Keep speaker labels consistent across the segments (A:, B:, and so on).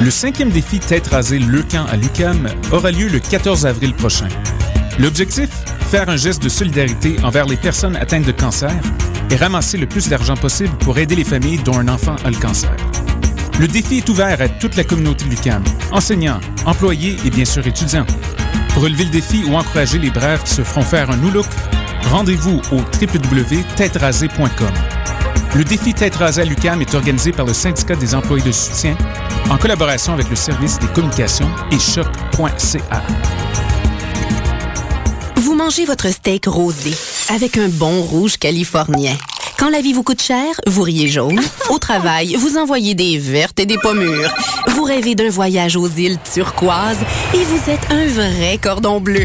A: Le cinquième défi Tête rasée Leucan à l'UCAM aura lieu le 14 avril prochain. L'objectif Faire un geste de solidarité envers les personnes atteintes de cancer et ramasser le plus d'argent possible pour aider les familles dont un enfant a le cancer. Le défi est ouvert à toute la communauté Lucam, enseignants, employés et bien sûr étudiants. Pour relever le défi ou encourager les brèves qui se feront faire un new look, rendez-vous au www.têterasée.com. Le défi Tête rasée à l'UCAM est organisé par le syndicat des employés de soutien en collaboration avec le service des communications et choc.ca.
B: Vous mangez votre steak rosé avec un bon rouge californien. Quand la vie vous coûte cher, vous riez jaune. Au travail, vous envoyez des vertes et des pommures. Vous rêvez d'un voyage aux îles turquoises et vous êtes un vrai cordon bleu.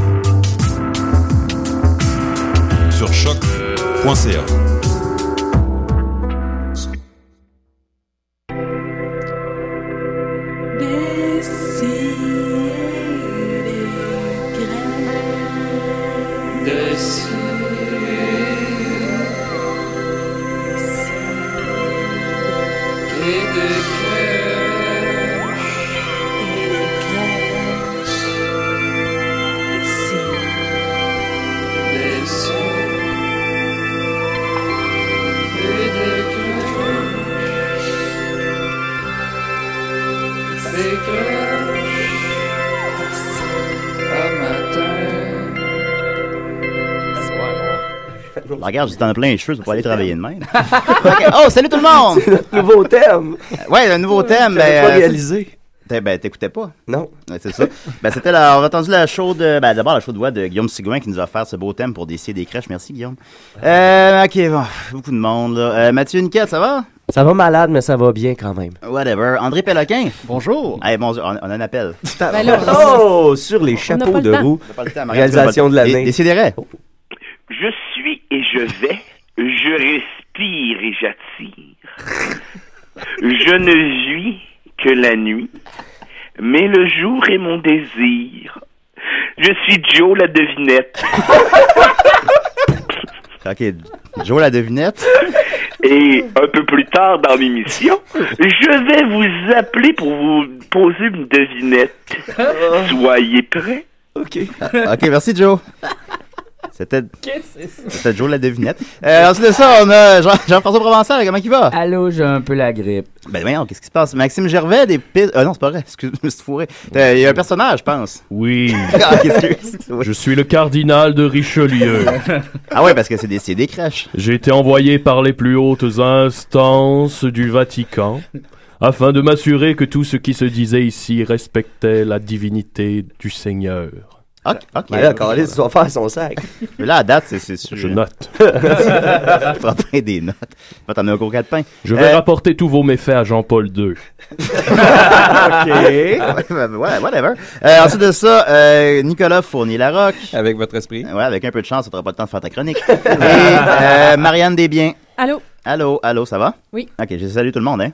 C: Sur choc.ca.
D: Bah, regarde, j'étais en plein les cheveux, je peux aller travailler demain. OK. Oh, salut tout le monde!
E: C'est notre nouveau thème.
D: Ouais, le nouveau thème.
E: J'avais
D: ben,
E: pas réalisé.
D: euh, Ben, t'écoutais pas.
E: Non.
D: Ouais, c'est ça. ben, c'était la, on a entendu la chaude, ben, d'abord la chaude voix de Guillaume Sigouin qui nous a offert ce beau thème pour des ciers des crèches. Merci, Guillaume. Euh, ok, bon, beaucoup de monde, là. Euh, Mathieu Niquette, ça va?
E: Ça va malade, mais ça va bien quand même.
D: Whatever. André Péloquin?
F: Bonjour.
D: Eh, bon, on, on a un appel.
G: Ben
E: Oh, sur les
G: pas
E: chapeaux
G: le
E: de
G: temps.
E: roue.
D: On a pas le temps, Marie-
E: Réalisation de l'année. Oh.
D: Des- Décidérez.
H: Je suis et je vais, je respire et j'attire. Je ne vis que la nuit, mais le jour est mon désir. Je suis Joe la devinette
D: Ok, Joe la devinette.
H: et un peu plus tard dans l'émission, je vais vous appeler pour vous poser une devinette. Soyez prêts.
D: Ah, Ok, merci, Joe. C'était. C'était Joe la devinette. Euh, ensuite de ça, on a Jean- Jean-François Provençal. Comment il va?
F: Allô, j'ai un peu la grippe.
D: Ben voyons, qu'est-ce qui se passe? Maxime Gervais, des pistes... Ah non, c'est pas vrai, excuse-moi, je me suis fourré. Euh, Il y a un personnage, je pense.
I: Oui,
D: ah, qu'est-ce que-
I: je suis le cardinal de Richelieu.
D: Ah ouais, parce que c'est des, c'est des crèches.
I: J'ai été envoyé par les plus hautes instances du Vatican afin de m'assurer que tout ce qui se disait ici respectait la divinité du Seigneur.
D: Ok, ok.
E: Mais Eh là, Carlis, il va faire son sac.
D: Mais là, à date, c'est, c'est sûr.
I: Je note.
D: Je prends bien des notes. Va t'en mettre un gros quatre pain.
I: Je vais
D: Euh,
I: rapporter tous vos méfaits à Jean-Paul II.
D: ouais, ben, ouais, whatever. Euh, ensuite de ça, euh, Nicolas Fournier-Larocque.
J: Avec votre esprit.
D: Ouais, avec un peu de chance, on n'aura pas le temps de faire ta chronique. Et euh, Marianne Desbiens.
G: Allô?
D: Allô, allô, ça va?
G: Oui.
D: Ok, je salue tout le monde, hein.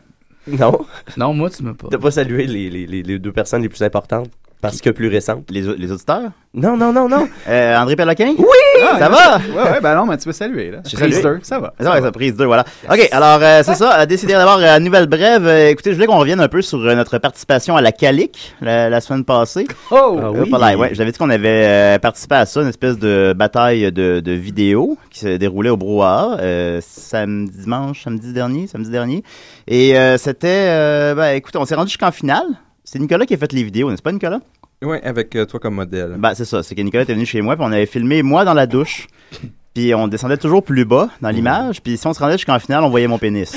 E: Non.
F: Non, moi, tu me pas.
E: T'as pas salué les, les, les, les deux personnes les plus importantes parce que plus récentes.
D: Les, au- les auditeurs.
E: Non, non, non, non.
D: Euh, André Péloquin? Oui!
F: Ah,
D: Ça va?
F: Ouais, ouais, ben non, mais tu peux saluer, là.
D: salue.
F: Priester, ça va.
D: Ça, ouais, ça, prise 2, voilà. OK, alors, euh, c'est ça. Décider d'avoir euh, nouvelle brève. Euh, écoutez, je voulais qu'on revienne un peu sur euh, notre participation à la Calic la, la semaine passée.
F: Oh!
D: Euh, pas live, ouais. J'avais dit qu'on avait euh, participé à ça, une espèce de bataille de, de vidéos qui se déroulait au Brouhaha euh, samedi, dimanche, samedi dernier, samedi dernier. Et euh, c'était... euh, ben, écoute, on s'est rendu jusqu'en finale. C'est Nicolas qui a fait les vidéos, n'est-ce pas, Nicolas?
J: Oui, avec euh, toi comme modèle.
D: Ben, c'est ça. C'est que Nicolas était venu chez moi, puis on avait filmé moi dans la douche. Puis on descendait toujours plus bas
E: Mmh.
D: dans l'image. Puis si on se rendait jusqu'en finale, on voyait mon pénis.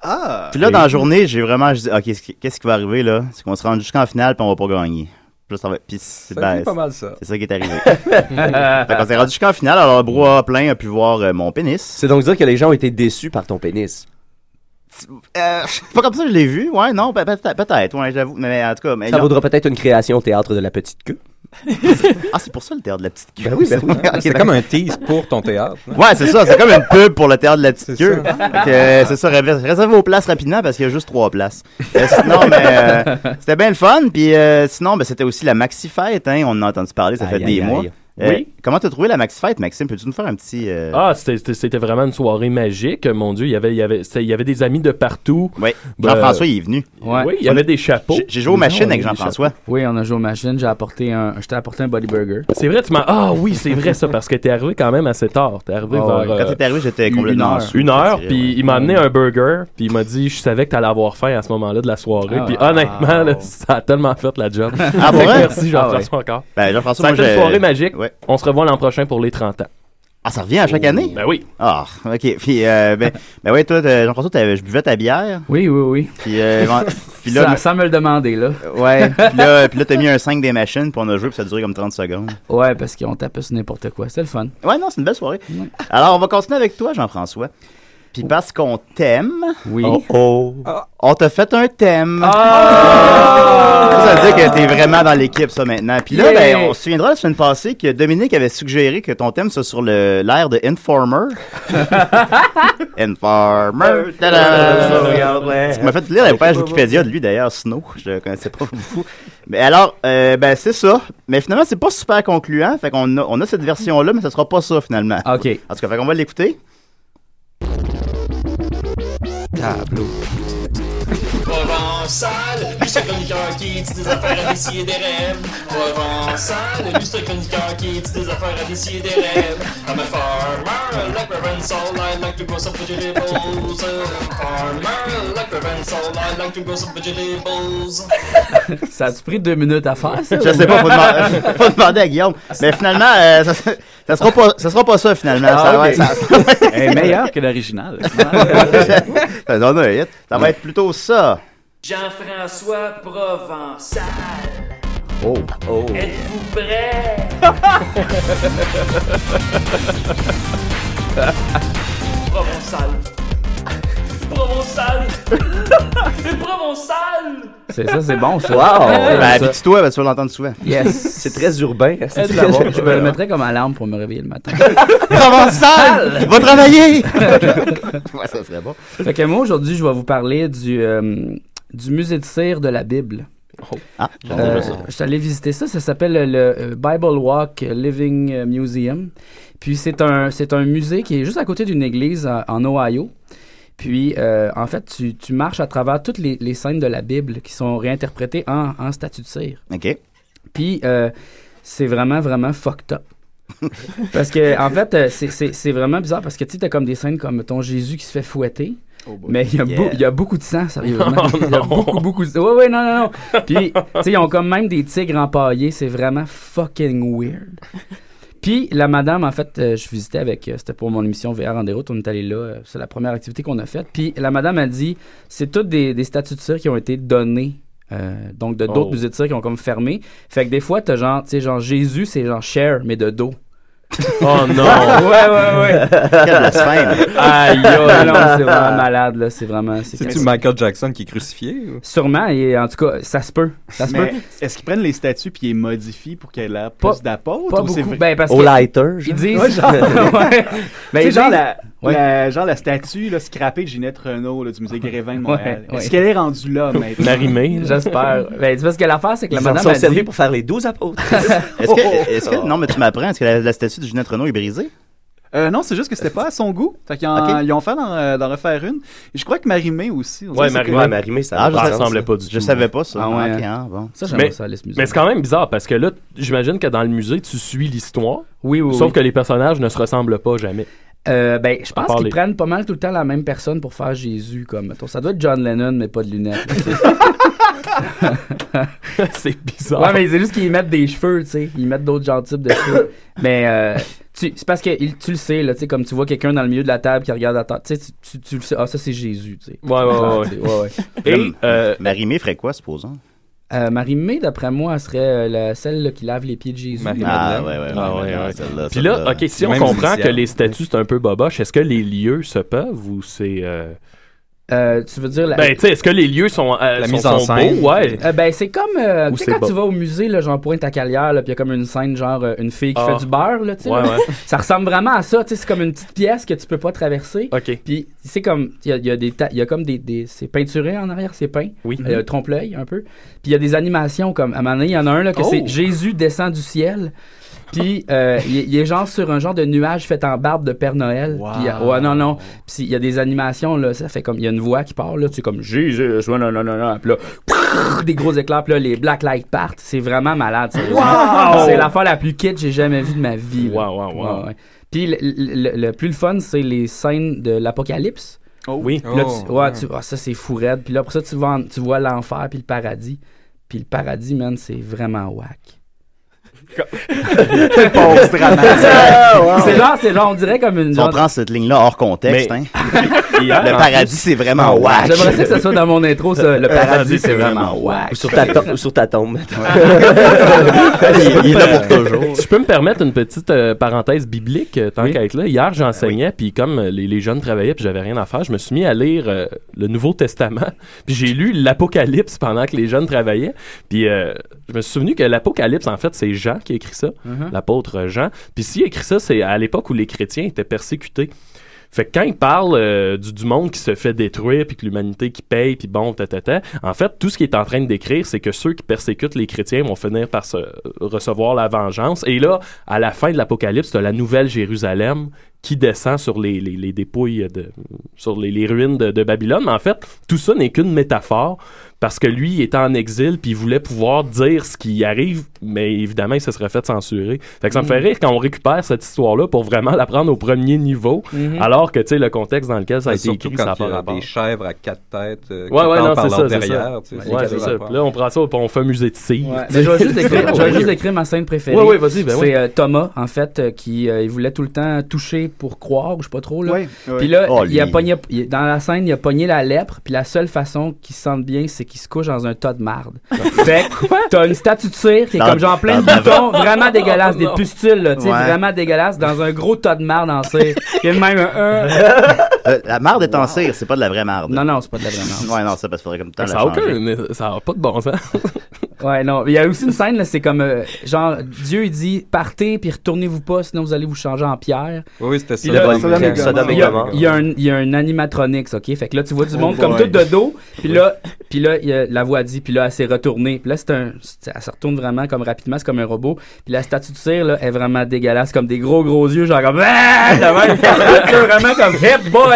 D: Ah! Puis là, dans la journée, j'ai vraiment dit, OK, qu'est-ce qui- qu'est-ce qui va arriver là? C'est qu'on se rende jusqu'en finale, puis on va pas gagner. Puis là, ça va- puis c'est
J: Ça
D: ben,
J: fait pas mal ça.
D: c'est ça qui est arrivé. fait qu'on s'est rendu jusqu'en finale, alors le brouhaha plein a pu voir euh, mon pénis.
E: C'est donc dire que les gens ont été déçus par ton pénis.
D: Euh, c'est pas comme ça que je l'ai vu, ouais, non, peut- peut- peut-être, ouais, j'avoue, mais mais en tout cas... Mais Eh
E: Ça
D: non.
E: vaudra peut-être une création au théâtre de la petite queue.
D: Ah, c'est pour ça le théâtre de la petite queue.
E: Ben oui, ben oui.
D: Ok,
J: C'est
D: d'accord.
J: comme un tease pour ton théâtre. hein. non?
D: Ouais, c'est ça, c'est comme une pub pour le théâtre de la
J: C'est
D: petite queue. Fait que, euh, C'est ça, réserve- réservez vos places rapidement parce qu'il y a juste trois places. Euh, sinon, mais, euh, c'était bien le fun, puis euh, sinon, ben, c'était aussi la Maxi Fête, hein, on en a entendu parler, ça fait
E: Aïe,
D: des
E: aïe,
D: mois.
E: aïe.
D: Euh,
I: Oui.
D: Comment t'as trouvé la Maxi Fête, Maxime? Peux-tu nous faire un petit... euh,
I: Ah, c'était- c'était c'était vraiment une soirée magique. Mon Dieu, il y avait, il y avait, c'était- il y avait des amis de partout.
D: Ouais.
I: Ben,
D: Jean-François, il est venu.
I: Oui, il y avait des chapeaux.
D: J'ai- J'ai joué aux machines avec Jean-François.
F: Oui, on a joué aux machines. J'ai apporté un, je t'ai apporté un body burger.
I: C'est vrai, tu m'as. Ah oui, c'est vrai ça, parce que t'es arrivé quand même assez tard. T'es arrivé
F: Ah,
I: vers.
F: ouais.
I: euh,
D: Quand t'es arrivé, j'étais
F: une
D: complètement
F: heure.
D: sous,
I: une
D: je
I: heure,
D: dirais,
I: puis
D: ouais.
I: il m'a amené un burger, puis il m'a dit je savais que t'allais avoir faim à ce moment-là de la soirée.
F: Ah.
I: puis honnêtement, là, ça a tellement fait la job.
D: Ah, pour vrai?
I: Merci Jean-François encore.
D: Ben,
I: Ça
D: Jean-François,
I: a
D: moi,
I: été une
D: j'ai-
I: soirée magique.
D: Ouais.
I: On se revoit l'an prochain pour les 30 ans.
D: Ah, ça revient à chaque année?
I: Ben oui.
D: Ah, ok. Puis, euh, ben, ben ouais, toi, t'as- Jean-François, t'avais- je buvais ta bière,
F: Oui, oui, oui.
D: puis, euh, ben, puis
F: Sans-
D: là, Euh,
F: sans, me le demander, là.
D: ouais, puis là, puis là, t'as mis un 5 des machines, puis on a joué, puis ça a duré comme 30 secondes.
F: Ouais, parce qu'on tapait sur n'importe quoi. C'était le fun.
D: Ouais, non, c'est une belle soirée.
F: Ouais. Oh.
D: Alors, on va continuer avec toi, Jean-François. Puis parce qu'on t'aime,
F: Oui.
D: oh, oh, on t'a fait un thème. Ça veut dire que t'es vraiment dans l'équipe, ça, maintenant. Puis là,
F: Ah. Yeah.
D: ben, on se souviendra la semaine passée que Dominique avait suggéré que ton thème soit sur le- l'air de Informer. Informer. Ta-da! Ce qui m'a fait lire la page Wikipédia de lui, d'ailleurs, Snow. Je le connaissais pas beaucoup. Mais alors, euh, ben, c'est ça. Mais finalement, c'est pas super concluant. Fait qu'on a, on a cette version-là, mais ça sera pas ça, finalement.
F: OK.
D: En tout cas, fait qu'on va l'écouter.
G: Provençal, juste un chroniqueur qui dit des affaires à décider des rêves. Provençal, juste un chroniqueur qui dit des affaires à décider des rêves. I'm a farmer, like Provençal, I like to grow some vegetables. I'm a farmer, like Provençal, I like to grow some vegetables.
F: Ça a-tu pris deux minutes à faire, ça?
D: Je sais pas, faut demander, faut demander à Guillaume. Mais finalement, euh, ça, ça sera pas, ça sera pas ça finalement.
F: Ah,
D: ça, va
F: ok.
D: être, ça-
F: Elle est meilleure que l'original.
D: ça donne un hit. Ça va être plutôt ça.
G: Jean-François Provençal,
D: Oh.
G: êtes-vous prêt? Provençal. Provençal. Le Provençal.
F: c'est ça, c'est bon, ça.
E: Wow!
D: Ben, puis toi tu vas l'entendre souvent.
F: Yes.
E: C'est très urbain. C'est
F: Je
E: très urbain.
F: me le mettrais comme alarme pour me réveiller le matin.
D: Provençal! Va travailler! ouais, ça serait bon.
F: fait que moi, aujourd'hui, je vais vous parler du, euh, du musée de cire de la Bible.
D: Ah, j'en ai
F: Euh,
D: déjà ça.
F: je suis allé visiter ça. Ça s'appelle le, euh, Bible Walk Living euh, Museum. Puis c'est un, c'est un musée qui est juste à côté d'une église en, en Ohio. Puis, euh, en fait, tu, tu marches à travers toutes les, les scènes de la Bible qui sont réinterprétées en, en statue de cire.
D: OK.
F: Puis euh, c'est vraiment, vraiment fucked up. parce que, en fait, euh, c'est- c'est c'est vraiment bizarre parce que tu sais, t'as comme des scènes comme ton Jésus qui se fait fouetter. mais il y, a
D: Oh Yeah.
F: beau- il y a beaucoup de sang, sérieusement.
I: Oh,
F: il y a beaucoup, beaucoup de sang. Ouais, ouais, non, non, non. Puis, tu sais, ils ont comme même des tigres empaillés. C'est vraiment fucking weird. Puis, la madame, en fait, euh, je visitais avec. euh, C'était pour mon émission VR en déroute. On est allé là. euh, c'est la première activité qu'on a faite. Puis, la madame a dit c'est toutes des, des statues de cire qui ont été données. euh, donc, de d'autres
I: Oh.
F: musées de cire qui ont comme fermé. Fait que des fois, t'as genre, tu sais, genre Jésus, c'est genre Cher, mais de dos.
I: Oh non.
F: ouais, ouais, ouais.
D: Quelle blasphème.
F: Aïe, aïe, non, c'est vraiment malade, là. C'est vraiment. c'est-
J: C'est-tu Michael Jackson qui est crucifié? ou-
F: Sûrement, et en tout cas, ça se peut. Ça se peut.
K: Est-ce qu'ils prennent les statues puis ils les modifient pour qu'elle ait l'air
F: Pas-
K: plus d'apôtre?
F: Pas
K: ou c'est
F: beaucoup.
K: vrai-
F: Ben, parce
E: Au
F: que.
E: lighter.
F: Ils disent.
K: Ouais, genre-
F: Ouais.
K: Ben,
F: Tu sais,
K: genre,
F: j'ai-
K: la,
F: Ouais.
K: la- genre la statue là, scrappée de Ginette Renault là, du musée Grévin de Montréal.
F: Ouais, ouais.
K: Est-ce qu'elle est rendue là maintenant?
I: Marimé. là.
F: J'espère. Ben, c'est parce que l'affaire, c'est que la
E: Ils en
F: madame
E: sont
F: a dit.
E: servis pour faire les 12 apôtres.
D: Est-ce
F: Oh.
D: que, est-ce que, non, mais tu m'apprends, est-ce que la, la statue de Ginette Renault est brisée?
K: Euh, non, c'est juste que c'était pas à son goût. Fait qu'ils en,
D: Ok.
K: ils ont fait d'en euh, d'en refaire une. Et je crois que Marimé aussi. on dirait
I: Ouais,
K: que c'est
I: Marimé.
E: Ouais, mais arrimer, ça
D: Ah, je
E: a
I: Ça
E: pas de sens,
I: ressemblait
E: ça.
I: pas du tout.
D: Je savais pas ça.
F: Ah ouais,
D: Ok,
F: hein.
D: ah, bon.
F: Ça, j'aimerais
I: Mais-
F: ça, les musées.
I: Mais c'est quand même bizarre parce que là, j'imagine que dans le musée, tu suis l'histoire,
F: Oui, oui,
I: sauf
F: oui.
I: que les personnages ne se ressemblent pas jamais.
F: Euh, ben, je
I: À
F: pense
I: part
F: qu'ils
I: les-
F: prennent pas mal tout le temps la même personne pour faire Jésus, comme. mettons. Ça doit être John Lennon, mais pas de lunettes. là.
I: c'est bizarre.
F: Ouais, mais c'est juste qu'ils mettent des cheveux, tu sais. Ils mettent d'autres genres de types de cheveux. mais euh, tu- c'est parce que il- tu le sais, là, tu sais, comme tu vois quelqu'un dans le milieu de la table qui regarde à ta tu sais, tu, tu- tu le sais, ah, ça c'est Jésus, tu sais.
I: Ouais, ouais,
D: Ah,
I: ouais, ouais.
F: Tu sais, ouais, ouais.
I: Et euh,
D: Marimé ferait quoi, supposons?
F: Euh, Marie-Mé, d'après moi, elle serait euh, la- celle là, qui lave les pieds de Jésus.
J: Marie-
D: Ah,
J: Madeleine.
D: ouais, ouais, ouais.
I: Ah, ouais,
D: ouais,
I: ouais.
D: celle-là,
I: puis
D: celle-là.
I: là, ok, si on
J: Même
I: comprend
J: initial.
I: que les statuts c'est un peu boboche, est-ce que les lieux se peuvent ou c'est euh,
F: Euh, tu veux dire la...
I: Ben, tu sais, est-ce que les lieux sont, euh,
F: La
I: sont-
F: mise en
I: sont
F: scène.
I: beaux? Ouais.
F: Euh, ben, c'est comme euh,
I: Ou
F: tu sais,
I: c'est
F: quand
I: bas.
F: tu vas au musée, là, genre pointe ta carrière, là, puis il y a comme une scène, genre euh, une fille qui
I: Ah.
F: fait du beurre, là, tu sais,
I: Ouais,
F: là.
I: ouais.
F: ça ressemble vraiment à ça, tu sais, c'est comme une petite pièce que tu peux pas traverser.
I: OK.
F: Puis c'est comme, il y a, il y a des, ta- il y a comme des, des- c'est peinturé en arrière, c'est peint,
I: Oui.
F: Euh,
I: Mhm.
F: trompe-l'œil un peu. Puis il y a des animations comme, à un moment donné, il y en a un là que
I: Oh!
F: c'est Jésus descend du ciel. Puis euh, il est- il est genre sur un genre de nuage fait en barbe de Père Noël. Puis, euh, ouais, non, non. Puis il y a des animations, là, ça fait comme, il y a une voix qui part, là, tu sais, comme Jésus, ouais, non, non, non, non. Puis là, des gros éclairs, puis là, les black lights partent. C'est vraiment malade. sérieusement.
I: Wow!
F: C'est l'affaire la plus kitsch que j'ai jamais vue de ma vie. là. Ouais, ouais. Puis le, le- le- le plus le fun, c'est les scènes de l'apocalypse.
I: Oh. Oui.
F: Puis Là, tu,
I: Oh,
F: ouais,
I: ouais.
F: tu- ah, ça, c'est fou raide. Puis là, après ça, tu vois, en- tu vois l'enfer puis le paradis. Puis le paradis, man, c'est vraiment whack.
D: Pause dramatique.
F: C'est genre, Ah, c'est genre, on dirait comme une.
D: Si on
F: genre-
D: prend cette ligne-là hors contexte,
F: Mais-
D: hein.
F: Hier,
D: le
F: en
D: paradis,
F: plus-
D: c'est vraiment wack.
F: Ah, J'aimerais ça que ça soit dans mon intro, ça. Le
J: Ah,
F: paradis, c'est vraiment whack.
E: Ou sur ta, tom- ou sur ta tombe.
I: Je peux me- Je peux me permettre une petite euh, parenthèse biblique euh, tant qu'à être là. Hier, j'enseignais, puis comme euh, les, les jeunes travaillaient, puis j'avais rien à faire, je me suis mis à lire euh, le Nouveau Testament. Puis j'ai lu l'Apocalypse pendant que les jeunes travaillaient. Puis euh, je me suis souvenu que l'Apocalypse, en fait, c'est Jean qui a écrit ça,
D: Mm-hmm.
L: Mhm.
I: l'apôtre Jean. Puis s'il a écrit ça, c'est à l'époque où les chrétiens étaient persécutés. Fait que quand il parle euh, du, du monde qui se fait détruire, puis que l'humanité qui paye, puis bon, ta, ta, ta, en fait, tout ce qu'il est en train de décrire, c'est que ceux qui persécutent les chrétiens vont finir par se, recevoir la vengeance. Et là, à la fin de l'Apocalypse, t'as la nouvelle Jérusalem qui descend sur les, les- les dépouilles, de, sur les, les ruines de, de Babylone. Mais en fait, tout ça n'est qu'une métaphore, parce que lui, il était en exil, puis il voulait pouvoir dire ce qui arrive, mais évidemment, il se serait fait censurer. Fait que ça me
L: Mm.
I: fait rire quand on récupère cette histoire-là pour vraiment la prendre au premier niveau,
D: Mm-hmm.
L: Mhm.
I: alors que, tu sais, le contexte dans lequel ça a été
J: Ben, Surtout
I: écrit, ça
J: quand il
I: n'a pas
J: y a
I: rapport.
J: des chèvres à quatre têtes euh, qui
I: Ouais, ouais,
J: parlent
I: non,
J: par
I: c'est
J: leur
I: ça, c'est
J: derrière.
I: ça.
J: tu sais,
I: Ouais, c'est
J: quel
I: ça.
J: rapport.
I: Là, on prend ça, puis on fait un musée de cire.
F: Mais je vais juste décrire, je vais juste décrire ma scène préférée.
I: Ouais, ouais, vas-y, ben
F: C'est
I: ouais.
F: euh, Thomas, en fait, euh, qui euh, il voulait tout le temps toucher pour croire, ou je sais pas trop. Là.
K: Ouais, ouais.
F: Puis là,
K: Oh,
F: il a
K: lui.
F: pogné, il- dans la scène, il a pogné la lèpre, puis la seule façon qu'il se sente bien, c'est qu'il se couche dans un tas de marde. fait que t'as une statue de cire qui est
L: Dans-
F: comme genre plein de
L: dans-
F: boutons, vraiment dégueulasse,
L: Oh,
F: des
L: non.
F: pustules, là, tu sais,
D: Ouais.
F: vraiment dégueulasse, dans un gros tas de marde en cire. Il y a même un. un-
D: Euh, la marde est en cire, c'est pas de la vraie marde. Non,
F: non, c'est pas de la vraie marde.
D: ouais, non, c'est parce qu'il faudrait comme temps
F: Ça
D: la
F: a
D: changer.
I: Ça n'a pas de bon sens.
F: Ouais, non. Il y a aussi une scène, là, c'est comme, euh, genre, Dieu, il dit, partez, puis retournez-vous pas, sinon vous allez vous changer en pierre.
J: Oui, oui, c'était
F: Puis
J: Sodome
F: là,
J: et Sodome et Gomorrhe. Sodome et
F: Il y a-
J: Gomorrhe.
F: Il y, a un- il y a un animatronics, OK? Fait que là, tu vois du
J: Oh
F: monde comme
J: boy.
F: tout de dos, puis là, puis là il y a- la voix dit, puis là, elle s'est retournée. Puis là, c'est un, c'est- elle se retourne vraiment comme rapidement, c'est comme un robot. Puis la statue de cire, là, est vraiment dégueulasse, comme des gros, gros yeux, genre comme... Ah! de même. C'est vraiment comme hip boy!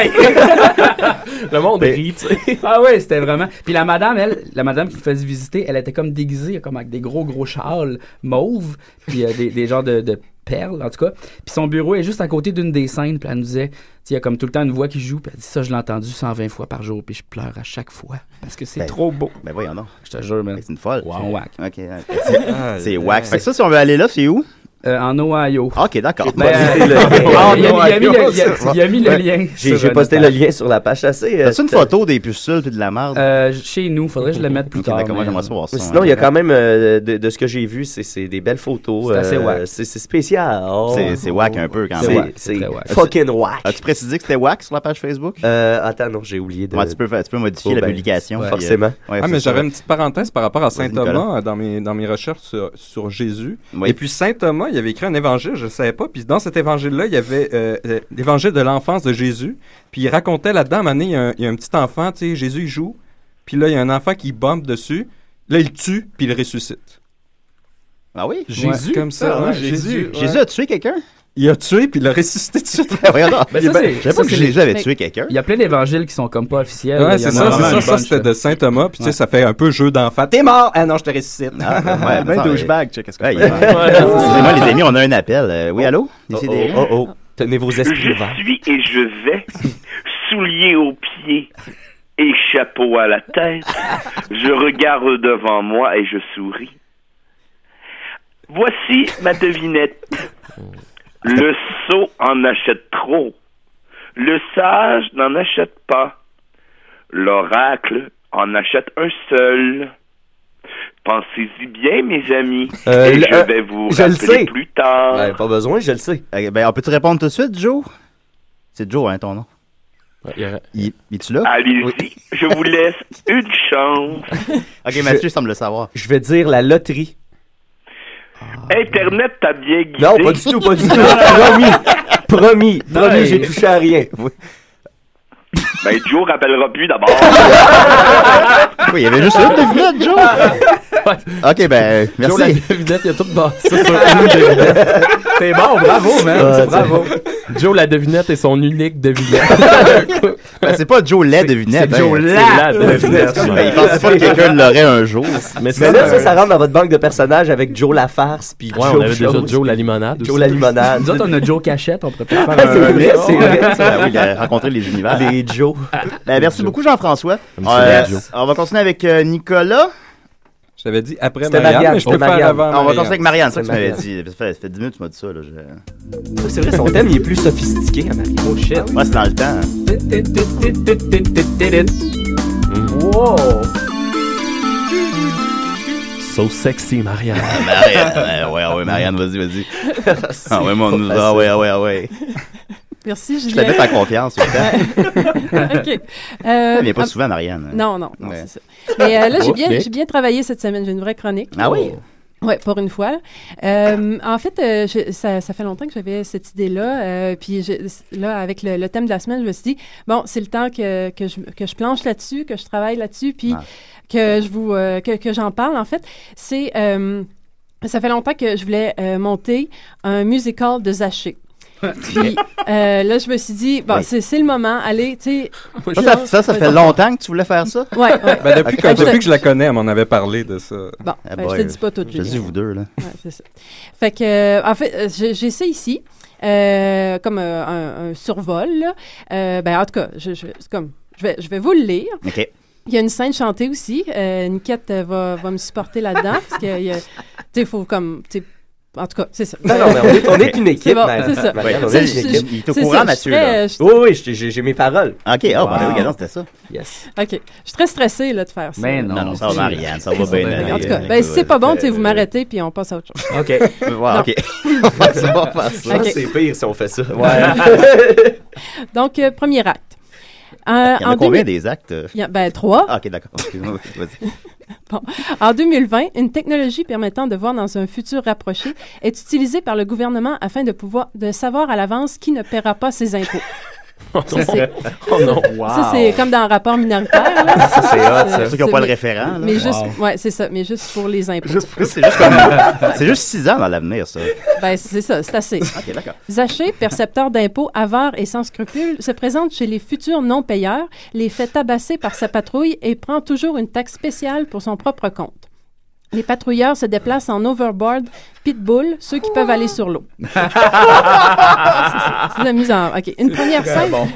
I: Le monde
F: Mais-
I: rit, tu sais.
F: Ah oui, c'était vraiment. Puis la madame, elle, la madame qui me faisait visiter, elle était comme déguisée, comme avec des gros, gros châles mauves, puis euh, des, des genres de, de perles, en tout cas. Puis son bureau est juste à côté d'une des scènes, puis elle nous disait, tu sais, il y a comme tout le temps une voix qui joue, puis elle dit ça, je l'ai entendu 120 fois par jour, puis je pleure à chaque fois, parce que c'est
D: Ben,
F: trop beau.
D: Ben voyons donc.
F: Je te jure, man.
D: C'est une folle.
F: C'est whack.
D: Ok, ok. C'est- C'est
F: Aïe,
D: whack.
F: aïe.
D: Fait que ça, si on veut aller là, c'est où?
F: Euh, en Ohio.
D: Ok, d'accord.
F: Ben, Ah, il a mis- il a mis le- il a- il a mis le lien.
E: J'ai j'ai posté le lien sur la page assez. euh,
D: T'as-tu une photo des pustules puis de la marde?
F: Euh, chez nous, faudrait que je le mette plus
D: Ok,
F: tard.
D: d'accord, moi,
F: mais-
D: j'aimerais ça voir ça.
E: Ah, Mais Sinon, il y a
F: hein?
E: quand même, euh, de, de ce que j'ai vu, c'est- c'est des belles photos. euh,
D: C'est assez whack.
E: C'est c'est spécial. Oh.
D: C'est- c'est whack un peu, quand
E: C'est-
D: même. C'est whack,
E: C'est
D: c'est très whack.
E: fucking whack.
D: As-tu précisé que c'était whack sur la page Facebook?
E: Euh, attends, non, j'ai oublié de.
D: Ouais, tu peux faire- tu peux modifier la publication, puis, euh,
E: Forcément.
D: ouais,
J: ah, mais
D: c'est ça.
J: j'avais une petite parenthèse par rapport à Saint
D: Vas-y, Nicolas.
J: Thomas euh, dans mes, dans mes recherches sur, sur Jésus. Et puis Saint Thomas, il avait écrit un évangile, je ne savais pas. Puis dans cet évangile-là, il y avait euh, euh, l'évangile de l'enfance de Jésus. Puis il racontait là-dedans, à un moment donné, il y a un, il y a un petit enfant, tu sais, Jésus il joue. Puis là, il y a un enfant qui bombe dessus. Là, il le tue, puis il le ressuscite.
D: Ah oui?
J: Jésus? Comme ça,
D: Ah,
J: ouais,
D: ouais,
J: Jésus.
D: Jésus
J: ouais.
D: a tué quelqu'un?
J: Il a tué, puis il l'a ressuscité tout de suite.
D: voyons donc.
F: Ben,
J: Il est
F: ça,
J: bien-
F: c'est-
J: je savais pas
F: ça,
J: que
F: c'est-
J: Jésus avait
F: mais-
J: tué quelqu'un.
F: Il y a plein d'évangiles qui sont comme pas officiels.
J: Ouais,
F: là, il y en
J: c'est
F: a
J: ça,
F: vraiment
J: c'est
F: une
J: ça, ça
F: bunch,
J: c'était
F: là.
J: de Saint Thomas, puis tu sais, ça fait un peu jeu d'enfant. T'es mort! Ah non, je te ressuscite.
D: Ah, ben, ouais,
J: Ben,
D: mais ça,
J: douchebag,
D: ouais.
J: check ce que
D: Ouais,
J: tu fais.
D: il- Excusez-moi, les amis, on a un appel. Euh, oui, allô?
E: Oh,
D: Ici
E: oh,
D: des-
E: oh, oh. Tenez vos esprits ouverts.
H: Je suis et je vais, souliers aux pieds et chapeau à la tête. Je regarde devant moi et je souris. Voici ma devinette. Le sot en achète trop. Le sage n'en achète pas. L'oracle en achète un seul. Pensez-y bien, mes amis,
E: Euh,
H: et
E: le-
H: je vais vous
E: je le sais.
H: rappeler plus tard.
E: pas besoin, je le sais.
D: Euh, Ben, on peut-tu répondre tout de suite, Joe? C'est Joe, hein, ton nom? Il, tu là?
H: Allez-y, je vous laisse une chance.
D: Ok, Mathieu semble le savoir.
E: Je vais dire la loterie.
H: Internet t'a bien guidé.
E: Non, pas du tout, pas du tout. promis, promis, promis,
H: Ouais.
E: j'ai touché à rien.
H: Ben, Joe rappellera plus d'abord.
D: Oui, il y avait juste
G: Ah,
D: une devinette, Joe. ok, ben,
F: Joe, la
D: merci.
F: devinette, il a tout bâti Ah, ça sur une devinette. T'es bon, bravo, man.
I: Ah,
F: bravo.
I: Joe, la devinette est son unique devinette.
D: Ben, c'est pas Joe la devinette.
I: c'est Joe
D: hein.
I: la
D: C'est
I: devinette.
D: Ben, il pensait pas que quelqu'un l'aurait un jour.
E: Mais,
D: ça,
E: là,
D: euh,
E: ça, ça rentre dans votre banque de personnages avec Joe la farce. Puis
I: Ouais, on
E: Joe
I: avait déjà
E: Chose,
I: Joe
E: puis
I: la limonade
E: Joe
I: aussi.
E: la limonade.
F: Nous autres, on a Joe Cachette, on pourrait peut-être
E: Ah,
F: faire
E: c'est
F: un-
E: vrai, c'est vrai.
D: Ah oui, il a rencontré les univers.
E: Les Joe.
D: Ben, merci beaucoup, Jean-François.
E: Comme c'est
D: Euh,
E: la Joe.
D: on va continuer avec euh, Nicolas.
J: Je t'avais dit après
D: C'était Ah,
J: Marianne, mais je peux faire avant
D: on va continuer avec Marianne, c'est ça que tu
J: Marianne.
D: m'avais dit. Ça fait, ça fait 10 minutes que tu m'as dit ça. Là, je-
E: C'est vrai, son thème, il est plus sophistiqué à Marianne. Oh shit.
D: Ouais, c'est dans le temps.
G: hein.
F: Wow.
I: So sexy, Marianne.
D: Marianne, Ben, ouais, ouais, ouais, Marianne, vas-y, vas-y. Ah ouais, mon nous, ah ouais, ah ouais, ah ouais.
L: Merci,
D: Je
L: Julien.
D: te mets ta confiance, au fait.
L: OK. Euh,
D: Elle vient pas
L: ah,
D: souvent, Marianne.
L: Non, non, non,
D: Ouais.
L: c'est ça. Mais euh, là, j'ai bien,
D: Ok.
L: j'ai bien travaillé cette semaine. J'ai une vraie chronique.
D: Ah oui?
L: Oui, pour une fois. là. Euh, en fait, euh, je- ça, ça fait longtemps que j'avais cette idée-là. euh, puis je- là, avec le, le thème de la semaine, je me suis dit, bon, c'est le temps que, que, je, que je planche là-dessus, que je travaille là-dessus, puis que je vous euh, que, que j'en parle. En fait, c'est euh, ça fait longtemps que je voulais euh, monter un musical de Zaché. Puis euh, là, je me suis dit, bon,
D: Oui.
L: c'est c'est le moment. Allez, tu sais.
D: Ça, ça, ça, ça fait longtemps que tu voulais faire ça?
L: Ouais, ouais.
J: Ben, depuis, que,
L: Ok.
J: depuis que je la connais, elle m'en avait parlé de ça.
L: Bon,
J: Ah
L: ben, je te dis pas tout,
D: Je te dis
L: Julien.
D: vous deux, là.
L: Ouais, c'est ça. Fait que, euh, en fait, euh, j'ai j'ai ça ici, euh, comme euh, un, un survol. là. Euh, ben, en tout cas, je, je- c'est comme, je, vais, je vais vous le lire.
D: OK.
L: Il y a une scène chantée aussi. Euh, Niquette euh, va, va me supporter là-dedans, parce que, il faut comme, tu sais, en tout cas, c'est ça.
E: Non, non, mais on est, on est une équipe.
L: C'est bon,
E: Marianne.
L: c'est ça.
E: Marianne, on
L: C'est-
E: est
L: je-
E: une équipe.
L: je- Il est au c'est courant, ça, je Mathieu, là. serais- euh, je-
E: Oui, oui, j'ai- j'ai j'ai mes paroles.
D: OK, ah, ben oui, regarde, c'était ça.
E: Yes.
L: OK. Je suis très stressée là, de faire ça.
E: Mais non,
D: Non, non, ça va, Marianne, ça va bien aller.
L: En tout cas, ben, si c'est pas bon, tu sais, vous m'arrêtez puis on passe à autre chose.
E: OK.
L: Non.
D: Ouais, OK. C'est pas faire ça.
E: Ça, C'est pire si on fait ça.
L: Donc, euh, premier acte. Euh,
D: Il y en a
L: en
D: combien
L: 2000
D: des actes?
L: Il y en- ben, trois.
D: Ah, OK, d'accord. Excuse-moi, vas-y.
L: Bon. En 2020, une technologie permettant de voir dans un futur rapproché est utilisée par le gouvernement afin de pouvoir de savoir à l'avance qui ne paiera pas ses impôts. Ça, c'est-
I: Oh non.
L: Ça, c'est comme dans un rapport minoritaire. là.
D: Ça, c'est hot, ça.
L: C'est-
D: Ceux qui ont pas le
L: mais-
D: référent, là.
L: Mais juste,
D: Wow.
L: ouais, c'est ça, mais juste pour les impôts.
D: C'est juste comme- C'est juste 6 ans dans l'avenir, ça.
L: Ben, c'est ça, c'est assez.
D: OK, d'accord.
L: Zaché, percepteur d'impôts avare et sans scrupules, se présente chez les futurs non-payeurs, les fait tabasser par sa patrouille et prend toujours une taxe spéciale pour son propre compte. Les patrouilleurs se déplacent en overboard, pitbull, ceux qui peuvent aller sur l'eau. C'est de la mise en- OK. Une
G: C'est
L: première
G: très
L: scène.
G: bon.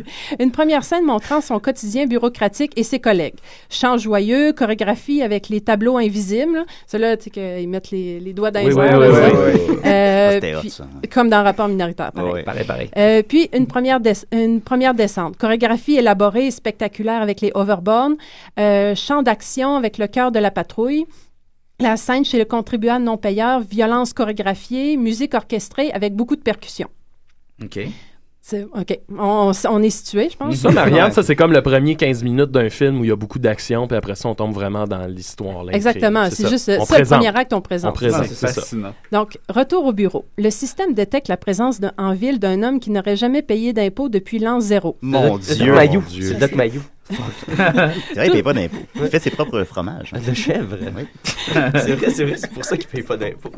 L: une première scène montrant son quotidien bureaucratique et ses collègues. Chant joyeux, chorégraphie avec les tableaux invisibles. là. Ceux-là, tu sais, qu'ils mettent les, les doigts dans
G: Oui,
L: les
G: oui,
L: airs, là,
G: oui, oui,
L: ça.
G: oui, oui.
L: Euh,
G: Ah, c'était hot,
L: puis-
G: ça.
L: Comme dans Rapport minoritaire, pareil.
E: Pareil, pareil.
L: Euh, puis une première, des- une première descente, chorégraphie élaborée et spectaculaire avec les overborn, euh, chant d'action avec le cœur de la patrouille, la scène chez le contribuable non payeur, violence chorégraphiée, musique orchestrée avec beaucoup de percussions.
F: OK.
L: C'est- OK, on, on est situé, je pense.
I: Ça, Marianne, ça, c'est comme le premier 15 minutes d'un film où il y a beaucoup d'action, puis après ça, on tombe vraiment dans l'histoire. l'intrigue.
L: Exactement, c'est
I: ça.
L: juste euh,
I: On
L: ça, le
I: présente.
L: premier acte, on présente.
I: On présente,
K: Ouais,
I: c'est
K: c'est
I: ça.
K: fascinant.
L: Donc, retour au bureau. Le système détecte la présence d'un- en ville d'un homme qui n'aurait jamais payé d'impôts depuis l'an zéro.
D: Mon
E: C'est
D: Dieu.
E: Doc Mayou.
D: Mon Dieu.
E: C'est Doc Mayou.
D: C'est vrai, il paye pas d'impôts. Il fait ses propres fromages.
E: De chèvre.
D: Oui.
E: C'est vrai, c'est vrai, c'est pour ça qu'il paye pas d'impôts.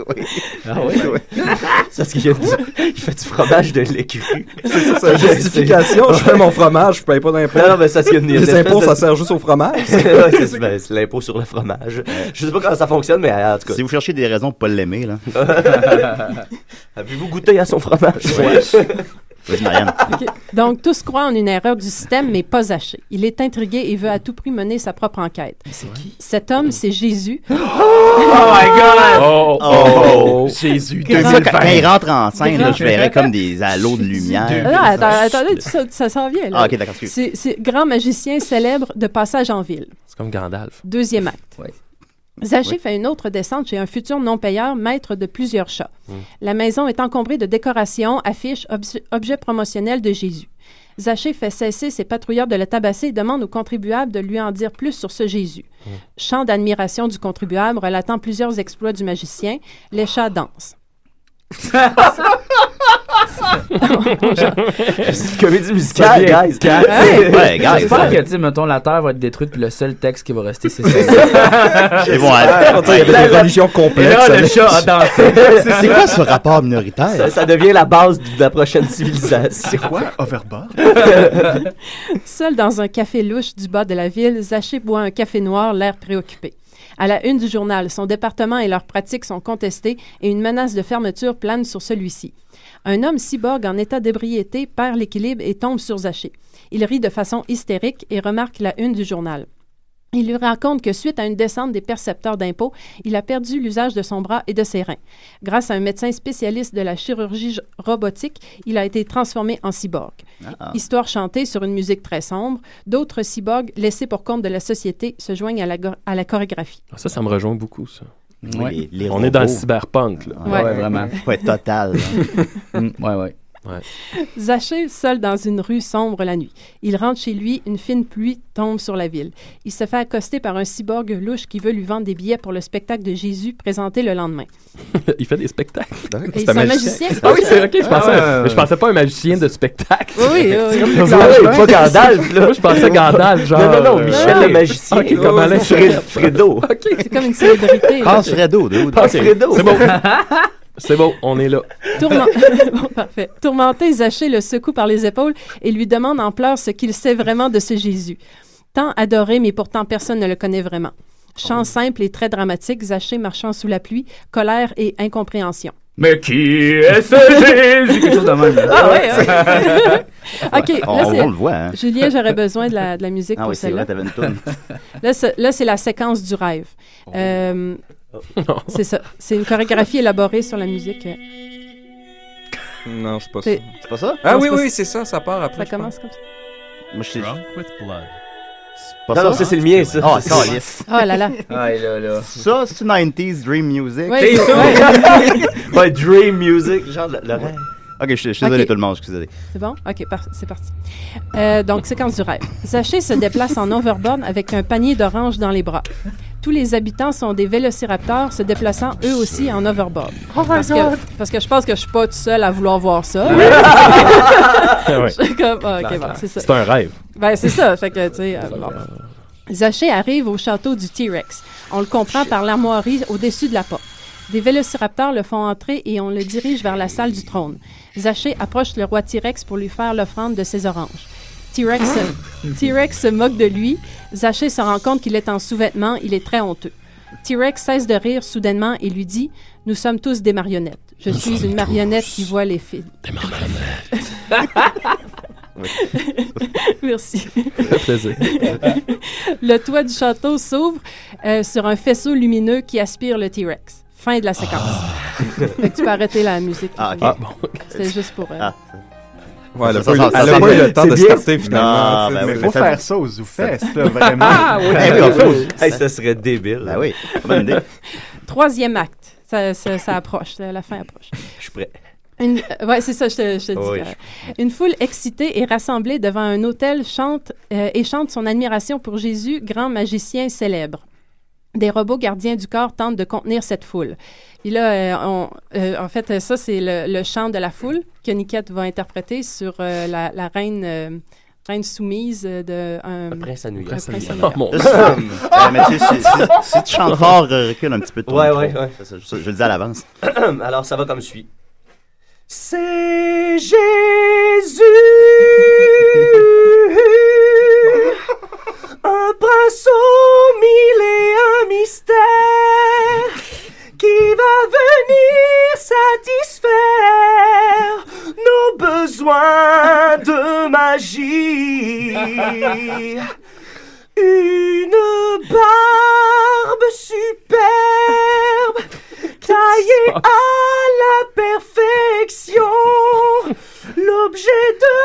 D: Ah ouais?
E: Ouais. C'est parce qu'il y a du- il fait du fromage de l'écurie.
J: C'est ça, sa justification. Je fais mon fromage, je paye pas d'impôts.
E: Non, non, mais ça, c'est une- une
J: Les
E: espèce
J: impôts,
E: de-
J: ça sert juste au fromage.
E: Ouais, c'est ben, c'est l'impôt sur le fromage. Je sais pas comment ça fonctionne, mais euh, en tout cas.
D: Si vous cherchez des raisons pour pas l'aimer, là.
E: Avez-vous goûté à son fromage?
D: Ouais. Vas-y, Marianne.
L: OK. Donc, tous croient en une erreur du système, mais pas Zaché. Il est intrigué et veut à tout prix mener sa propre enquête.
F: C'est qui?
L: Cet homme, c'est Jésus. Oh,
G: Ah!
F: my God!
I: Oh,
D: oh,
I: Jésus,
D: Quand quand il rentre en scène, là, je verrais comme des halos de
L: Ah,
D: lumière.
L: non, attends, attendez, tout ça, ça s'en vient. là.
D: Ah, ok, d'accord, excuse.
L: C'est c'est grand magicien célèbre de passage en ville.
I: C'est comme Gandalf.
L: Deuxième acte. Zaché
I: Oui.
L: fait une autre descente chez un futur non-payeur, maître de plusieurs chats.
I: Mm.
L: La maison est encombrée de décorations, affiches, obs- objets promotionnels de Jésus. Zaché fait cesser ses patrouilleurs de le tabasser et demande au contribuable de lui en dire plus sur ce Jésus.
M: Mm.
L: Chant d'admiration du contribuable relatant plusieurs exploits du magicien, les chats dansent.
F: C'est
E: une comédie musicale, guys.
F: Ouais,
E: Ouais, guys.
F: J'espère que, tu sais, mettons, la Terre va être détruite, puis le seul texte qui va rester, c'est ça.
D: Et voilà.
F: Il y avait des religions
E: complexes.
F: Et là, le chat a dansé.
D: C'est quoi ce rapport minoritaire?
E: Ça, ça devient la base de la prochaine civilisation. C'est quoi,
K: Overbar?
L: Seul dans un café louche du bas de la ville, Zaché boit un café noir, l'air préoccupé. À la une du journal, son département et leurs pratiques sont contestées et une menace de fermeture plane sur celui-ci. Un homme cyborg en état d'ébriété perd l'équilibre et tombe sur Zaché. Il rit de façon hystérique et remarque la une du journal. Il lui raconte que suite à une descente des percepteurs d'impôts, il a perdu l'usage de son bras et de ses reins. Grâce à un médecin spécialiste de la chirurgie j- robotique, il a été transformé en cyborg.
M: Ah.
L: Histoire chantée sur une musique très sombre, d'autres cyborgs laissés pour compte de la société se joignent à la, go- à la chorégraphie.
I: Ah, Ça, ça me rejoint beaucoup, ça.
F: Ouais. Les- les
I: On est dans le
F: robots.
I: cyberpunk, là.
L: Ouais. Ouais, vraiment.
D: Ouais, total.
F: Mm, ouais, ouais.
L: Zaché, seul dans une rue sombre la nuit. Il rentre chez lui, une fine pluie tombe sur la ville. Il se fait accoster par un cyborg louche qui veut lui vendre des billets pour le spectacle de Jésus présenté le lendemain.
I: Il fait des spectacles.
L: c'est un magicien.
I: Ah oui, c'est ok. Je
L: Ah,
I: pensais,
L: ouais,
I: mais je pensais pas à un magicien de spectacle.
L: Oui, oui, oui.
I: comme
L: Oui,
I: le
E: oui,
I: Gandalf.
E: pas Gandalf, là.
I: Moi, je pensais Gandalf, genre. euh,
E: Non, non, non, Michel le magicien.
I: Ok, comme Alain
E: Fred- Fredo.
L: C'est comme une célébrité. là.
D: Pense Fredo, dude.
I: Ok,
E: Fredo.
I: C'est bon. C'est bon, on est là.
L: Tourment- Bon, parfait. Tourmenté, Zaché le secoue par les épaules et lui demande en pleurs ce qu'il sait vraiment de ce Jésus. Tant adoré, mais pourtant personne ne le connaît vraiment. Chant simple et très dramatique, Zaché marchant sous la pluie, colère et incompréhension.
F: Mais qui est ce Jésus? Quelque chose de même. là.
L: Ah ouais, ouais. OK,
F: On-
L: là,
F: on-
L: c'est-
F: on le voit, hein.
L: Julien, j'aurais besoin de la, de la musique
D: Ah
L: pour
D: oui, c'est
L: celle-là.
D: vrai, t'avais une toune.
L: Là, c'est- là, c'est la séquence du rêve. Euh, c'est ça. C'est une chorégraphie élaborée sur la musique. euh,
J: Non, c'est pas ça.
L: C'est-
J: C'est
D: pas ça?
J: Ah
L: Non,
J: oui,
L: c'est pas
J: oui,
L: ça.
J: c'est ça, ça part après.
L: Ça
J: je
L: commence
J: pense.
L: comme ça.
D: Moi, je
J: pas ça?
D: Ah, c'est calice.
L: Ah là là.
D: Ça, c'est 90s Dream Music.
L: Ouais, T'es c'est- sûr?
D: Ouais. Dream Music, genre le, le rêve. Ok, je, je suis désolé
L: Ok.
D: tout le monde, je suis désolé.
L: C'est bon? OK, par- c'est parti. Euh, donc, séquence du rêve. Zaché se déplace en overborn avec un panier d'oranges dans les bras. Tous les habitants sont des vélociraptors se déplaçant eux aussi en overboard.
M: Oh my
L: parce, que,
M: God!
L: parce que je pense que je suis pas tout seul à vouloir voir ça.
M: Oui.
L: Je suis comme, ah, ok,
I: Clair,
L: bon,
I: clair.
L: c'est ça.
I: C'est un rêve.
L: Ben, c'est ça. Fait que, tu sais, euh, bon. Zaché arrive au château du T-Rex. On le comprend par l'armoirie au-dessus de la porte. Des vélociraptors le font entrer et on le dirige vers la salle du trône. Zaché approche le roi T-Rex pour lui faire l'offrande de ses oranges. T-Rex se- T-Rex se moque de lui. Zaché se rend compte qu'il est en sous-vêtements. Il est très honteux. T-Rex cesse de rire soudainement et lui dit « Nous sommes tous des marionnettes. Je
M: Nous
L: suis
M: sommes
L: une marionnette qui voit les films. » Merci.
I: Très plaisir.
L: le toit du château s'ouvre euh, sur un faisceau lumineux qui aspire le T-Rex. Fin de la séquence. Fait que tu peux arrêter la musique.
D: Ah, ok.
J: Ah,
D: Ah.
J: bon.
L: C'était juste pour. euh,
J: Ouais, elle a
D: Ça,
J: pas eu-
D: ça, ça,
J: elle
D: ça,
J: a pas eu
D: ça,
J: le temps
D: c'est
J: de
D: bien.
J: starter finalement.
D: Non, ben
J: tu sais,
D: oui,
J: c'est-
D: mais
K: Faut faire ça aux zoufestes,
M: Ben
K: là, vraiment.
L: Ah, oui.
D: Eh on fait aux-
E: Hey, ça serait débile.
D: Ben oui, bonne idée.
L: Troisième acte. Ça, ça- ça approche. La la fin approche.
E: Je suis prêt.
L: Une, euh, ouais, c'est ça, je te, je te dis.
E: Oui,
L: euh, Une foule excitée et rassemblée devant un hôtel chante euh, et chante son admiration pour Jésus, grand magicien célèbre. Des robots gardiens du corps tentent de contenir cette foule. Puis là, euh, on- euh, en fait, euh, ça, c'est le, le chant de la foule que Niquette va interpréter sur euh, la, la reine, euh, reine soumise euh, de... Un,
E: prince à New York.
L: un
E: Prince à
L: prince à
E: New
L: New
E: York.
L: York.
E: Oh, mon
D: Euh, mais tu sais, si, si- si tu chantes fort, euh, recule un petit peu de ton
E: Ouais,
D: micro.
E: ouais, ouais.
D: Ça, ça, je, je le dis à l'avance.
E: Alors, ça va comme suit. C'est Jésus, un prince aux mille et un mystère, qui va venir satisfaire nos besoins de magie. Une barbe superbe, taillée à la perfection, l'objet de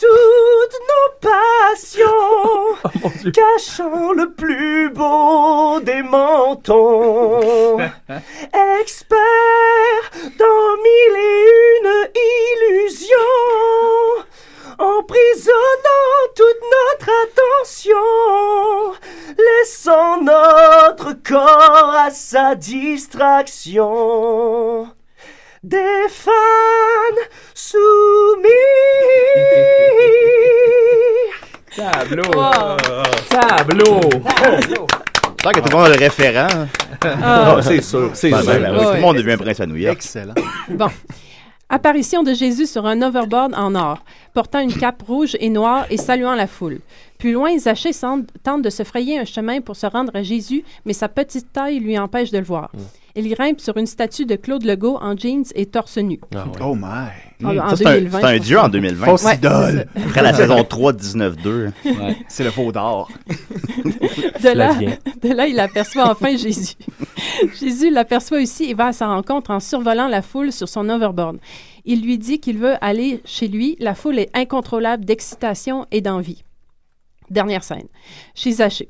E: toutes nos passions, cachant le plus beau des mentons, expert dans mille et une illusions, emprisonné
M: sa distraction des fans soumis.
F: Tableau.
M: Wow.
F: Tableau.
D: Tant que tout le monde a le référent.
E: Ah. Ah, c'est sûr, c'est
D: Ben,
E: sûr.
D: ben, ben, oui,
E: Ouais.
D: Tout le monde devient prince à New York. Excellent.
L: Bon. Apparition de Jésus sur un overboard en or, portant une cape rouge et noire et saluant la foule. Plus loin, Zachée semble- tente de se frayer un chemin pour se rendre à Jésus, mais sa petite taille lui empêche de le voir. Il grimpe sur une statue de Claude Legault en jeans et torse nu.
I: Ah,
K: Oh my.
L: Ah, ben, En- en
D: Ça, c'est un-
L: 2020,
D: C'est un
L: je
D: dieu
L: pense.
D: en 2020.
L: Fausse Ouais, idole. c'est ça.
D: Après la saison 3 de 19-2.
L: Ouais.
K: C'est le faux d'or.
L: De là, de là, il aperçoit enfin Jésus. Jésus l'aperçoit aussi et va à sa rencontre en survolant la foule sur son overboard. Il lui dit qu'il veut aller chez lui. La foule est incontrôlable d'excitation et d'envie. Dernière scène. Chez Zachée.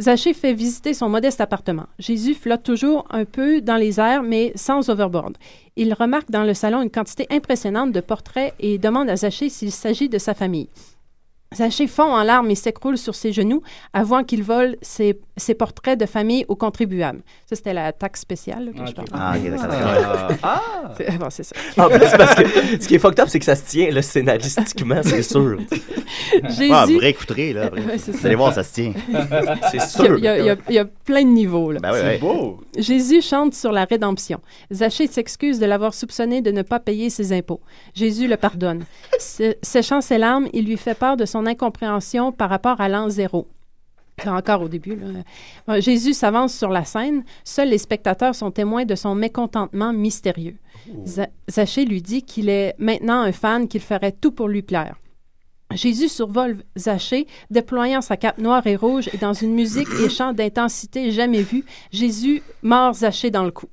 L: Zachée fait visiter son modeste appartement. Jésus flotte toujours un peu dans les airs, mais sans overboard. Il remarque dans le salon une quantité impressionnante de portraits et demande à Zachée s'il s'agit de sa famille. Zachée fond en larmes et s'écroule sur ses genoux, avouant qu'il vole ses, ses portraits de famille aux contribuables. Ça, c'était la taxe spéciale là, que je parle.
D: Ah, ok, d'accord,
M: d'accord.
L: Ah. C'est- bon, c'est ça.
M: En plus, parce que ce qui est fucked up, c'est que ça se tient là, scénaristiquement, c'est sûr.
L: Jésus- Ah, vrai
D: écouterie, là.
L: Ouais, c'est
D: Vous allez voir, ça se tient.
M: C'est
L: Il y a- il y, a- il y a- il y a plein de niveaux. là.
D: Ben oui, C'est oui.
K: beau.
L: Jésus chante sur la rédemption. Zachée s'excuse de l'avoir soupçonné de ne pas payer ses impôts. Jésus le pardonne. Se- Séchant ses larmes, il lui fait part de son incompréhension par rapport à l'an zéro. C'est Encore au début. là. Bon, Jésus s'avance sur la scène. Seuls les spectateurs sont témoins de son mécontentement mystérieux. Za- Zachée lui dit qu'il est maintenant un fan, qu'il ferait tout pour lui plaire. Jésus survole Zachée, déployant sa cape noire et rouge, et dans une musique et chant d'intensité jamais vue, Jésus mord Zachée dans le cou.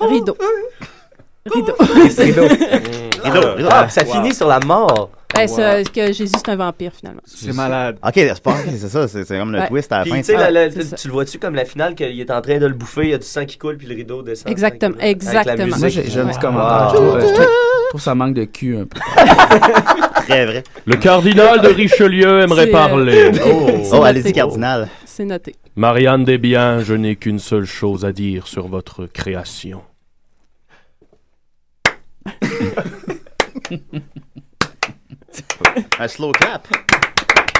L: Rideau. Rideau.
M: Rideau.
D: Rideau.
M: Ah, puis ça finit sur la mort.
L: Ben, c'est- que Jésus, c'est un vampire, finalement.
D: C'est malade. Ok, c'est pas- c'est ça, c'est c'est comme le
L: Ouais.
D: twist à la
M: Puis,
D: fin.
M: tu sais, la- la-
L: Ah, c'est ça.
M: tu le vois-tu comme la finale qu'il est en train de le bouffer, il y a du sang qui coule, puis le rideau descend.
L: Exactement, exactement.
F: Moi, j'ai j'ai un petit commentaire.
M: Wow.
F: Je, trouve, euh,
J: Ah.
F: je trouve- je trouve ça manque de cul un peu.
D: Très vrai.
I: Le cardinal de Richelieu aimerait
L: Ah. C'est, euh,
I: parler.
L: c'est noté. C'est noté.
I: Marianne Desbiens, je n'ai qu'une seule chose à dire sur votre création.
D: Ah, Un slow clap.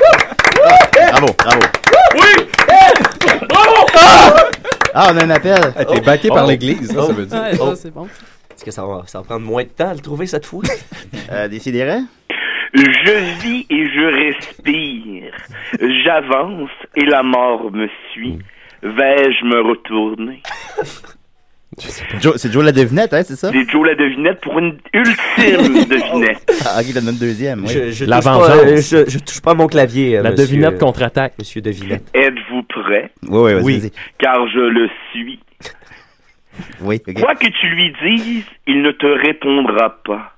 D: Ah, Bravo, bravo.
I: Oui!
D: Ah, on a un appel. Oh.
M: Ah, t'es
D: backé
M: backé
D: par l'Église, ça, ça veut dire. Ouais, ça,
M: c'est bon. Est-ce que ça va, ça va prendre moins de temps à le trouver cette fois?
D: euh, Décidérez.
H: Je vis et je respire. J'avance et la mort me suit. Vais-je me retourner?
D: Joe- C'est Joe la devinette, hein, c'est ça?
H: C'est Joe la devinette pour une ultime devinette.
D: Ah, ok, donne une deuxième. Oui.
M: Je, je touche pas, euh, je, je touche pas à mon clavier. euh,
D: La
M: monsieur- euh,
D: devinette
I: contre-attaque.
M: Monsieur Devinette.
H: Êtes-vous prêt?
D: Oui, oui, vas-y, vas-y.
H: Car je le suis.
D: Oui, ok.
H: Quoi que tu lui dises, il ne te répondra pas.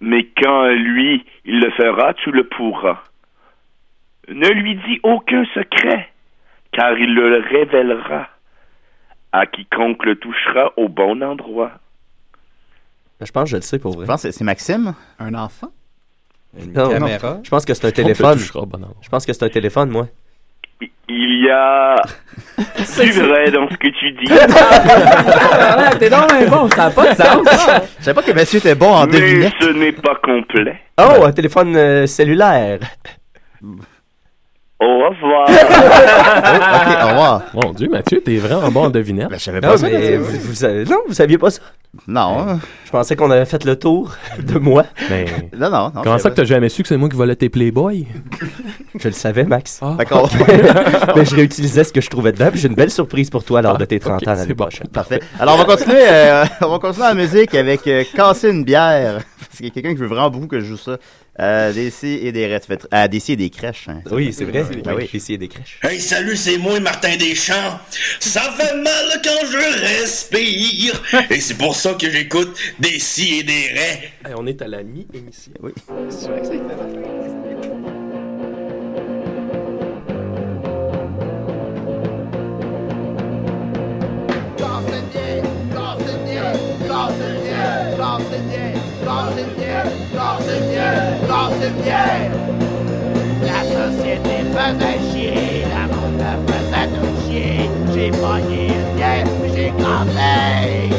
H: Mais quand lui, il le fera, tu le pourras. Ne lui dis aucun secret, car il le révélera à quiconque le touchera au bon endroit.
M: Je pense que je le sais pour vrai.
D: Je pense que c'est Maxime.
K: Un enfant?
M: Non,
K: caméra?
M: non. Je pense que c'est un
K: Je pense que
M: téléphone.
K: tu toucheras,
M: Je pense que c'est un téléphone, moi.
H: Il y a du vrai dans ce que tu dis.
F: Ah, T'es donc un bon, ça n'a pas de sens.
D: Je savais pas que monsieur était bon en
H: Mais ce n'est pas complet.
M: Oh, un téléphone euh, cellulaire.
H: Au revoir.
I: ok,
D: Oh, au revoir. Ben,
I: Mon Dieu, Mathieu, t'es vraiment bon en devinette.
D: je savais
M: Non, mais vous, vous savez- non, vous saviez pas ça? Ben,
D: Non.
M: je pensais qu'on avait fait le tour de moi.
I: Mais...
D: Non, non, non.
I: Ben, Comment ça que t'as jamais su que c'est moi qui volais tes Playboy?
M: Je le savais, Max.
D: Ah. D'accord.
M: mais Ben, je réutilisais ce que je trouvais dedans, puis j'ai une belle surprise pour
I: Ah,
M: toi lors de tes 30 ans l'année prochaine.
D: Parfait. Alors, on va continuer, euh, on va continuer la musique avec euh, Casser une bière. Parce qu'il y a quelqu'un qui veut vraiment beaucoup que je joue ça. Euh, DC et des restes. fait- Ah, DC et des crèches. hein.
M: Oui, c'est vrai.
D: Ben oui.
M: DC et des crèches.
N: Hey, salut, c'est moi, Martin Deschamps. Ça fait mal quand je respire. et c'est pour ça que j'écoute des si et des raies.
I: on est à la mi-émission.
D: Oui.
L: Ah,
N: La société faisait chier, la monde faisait tout chier.
O: c'est pas yeah, j'ai cassé.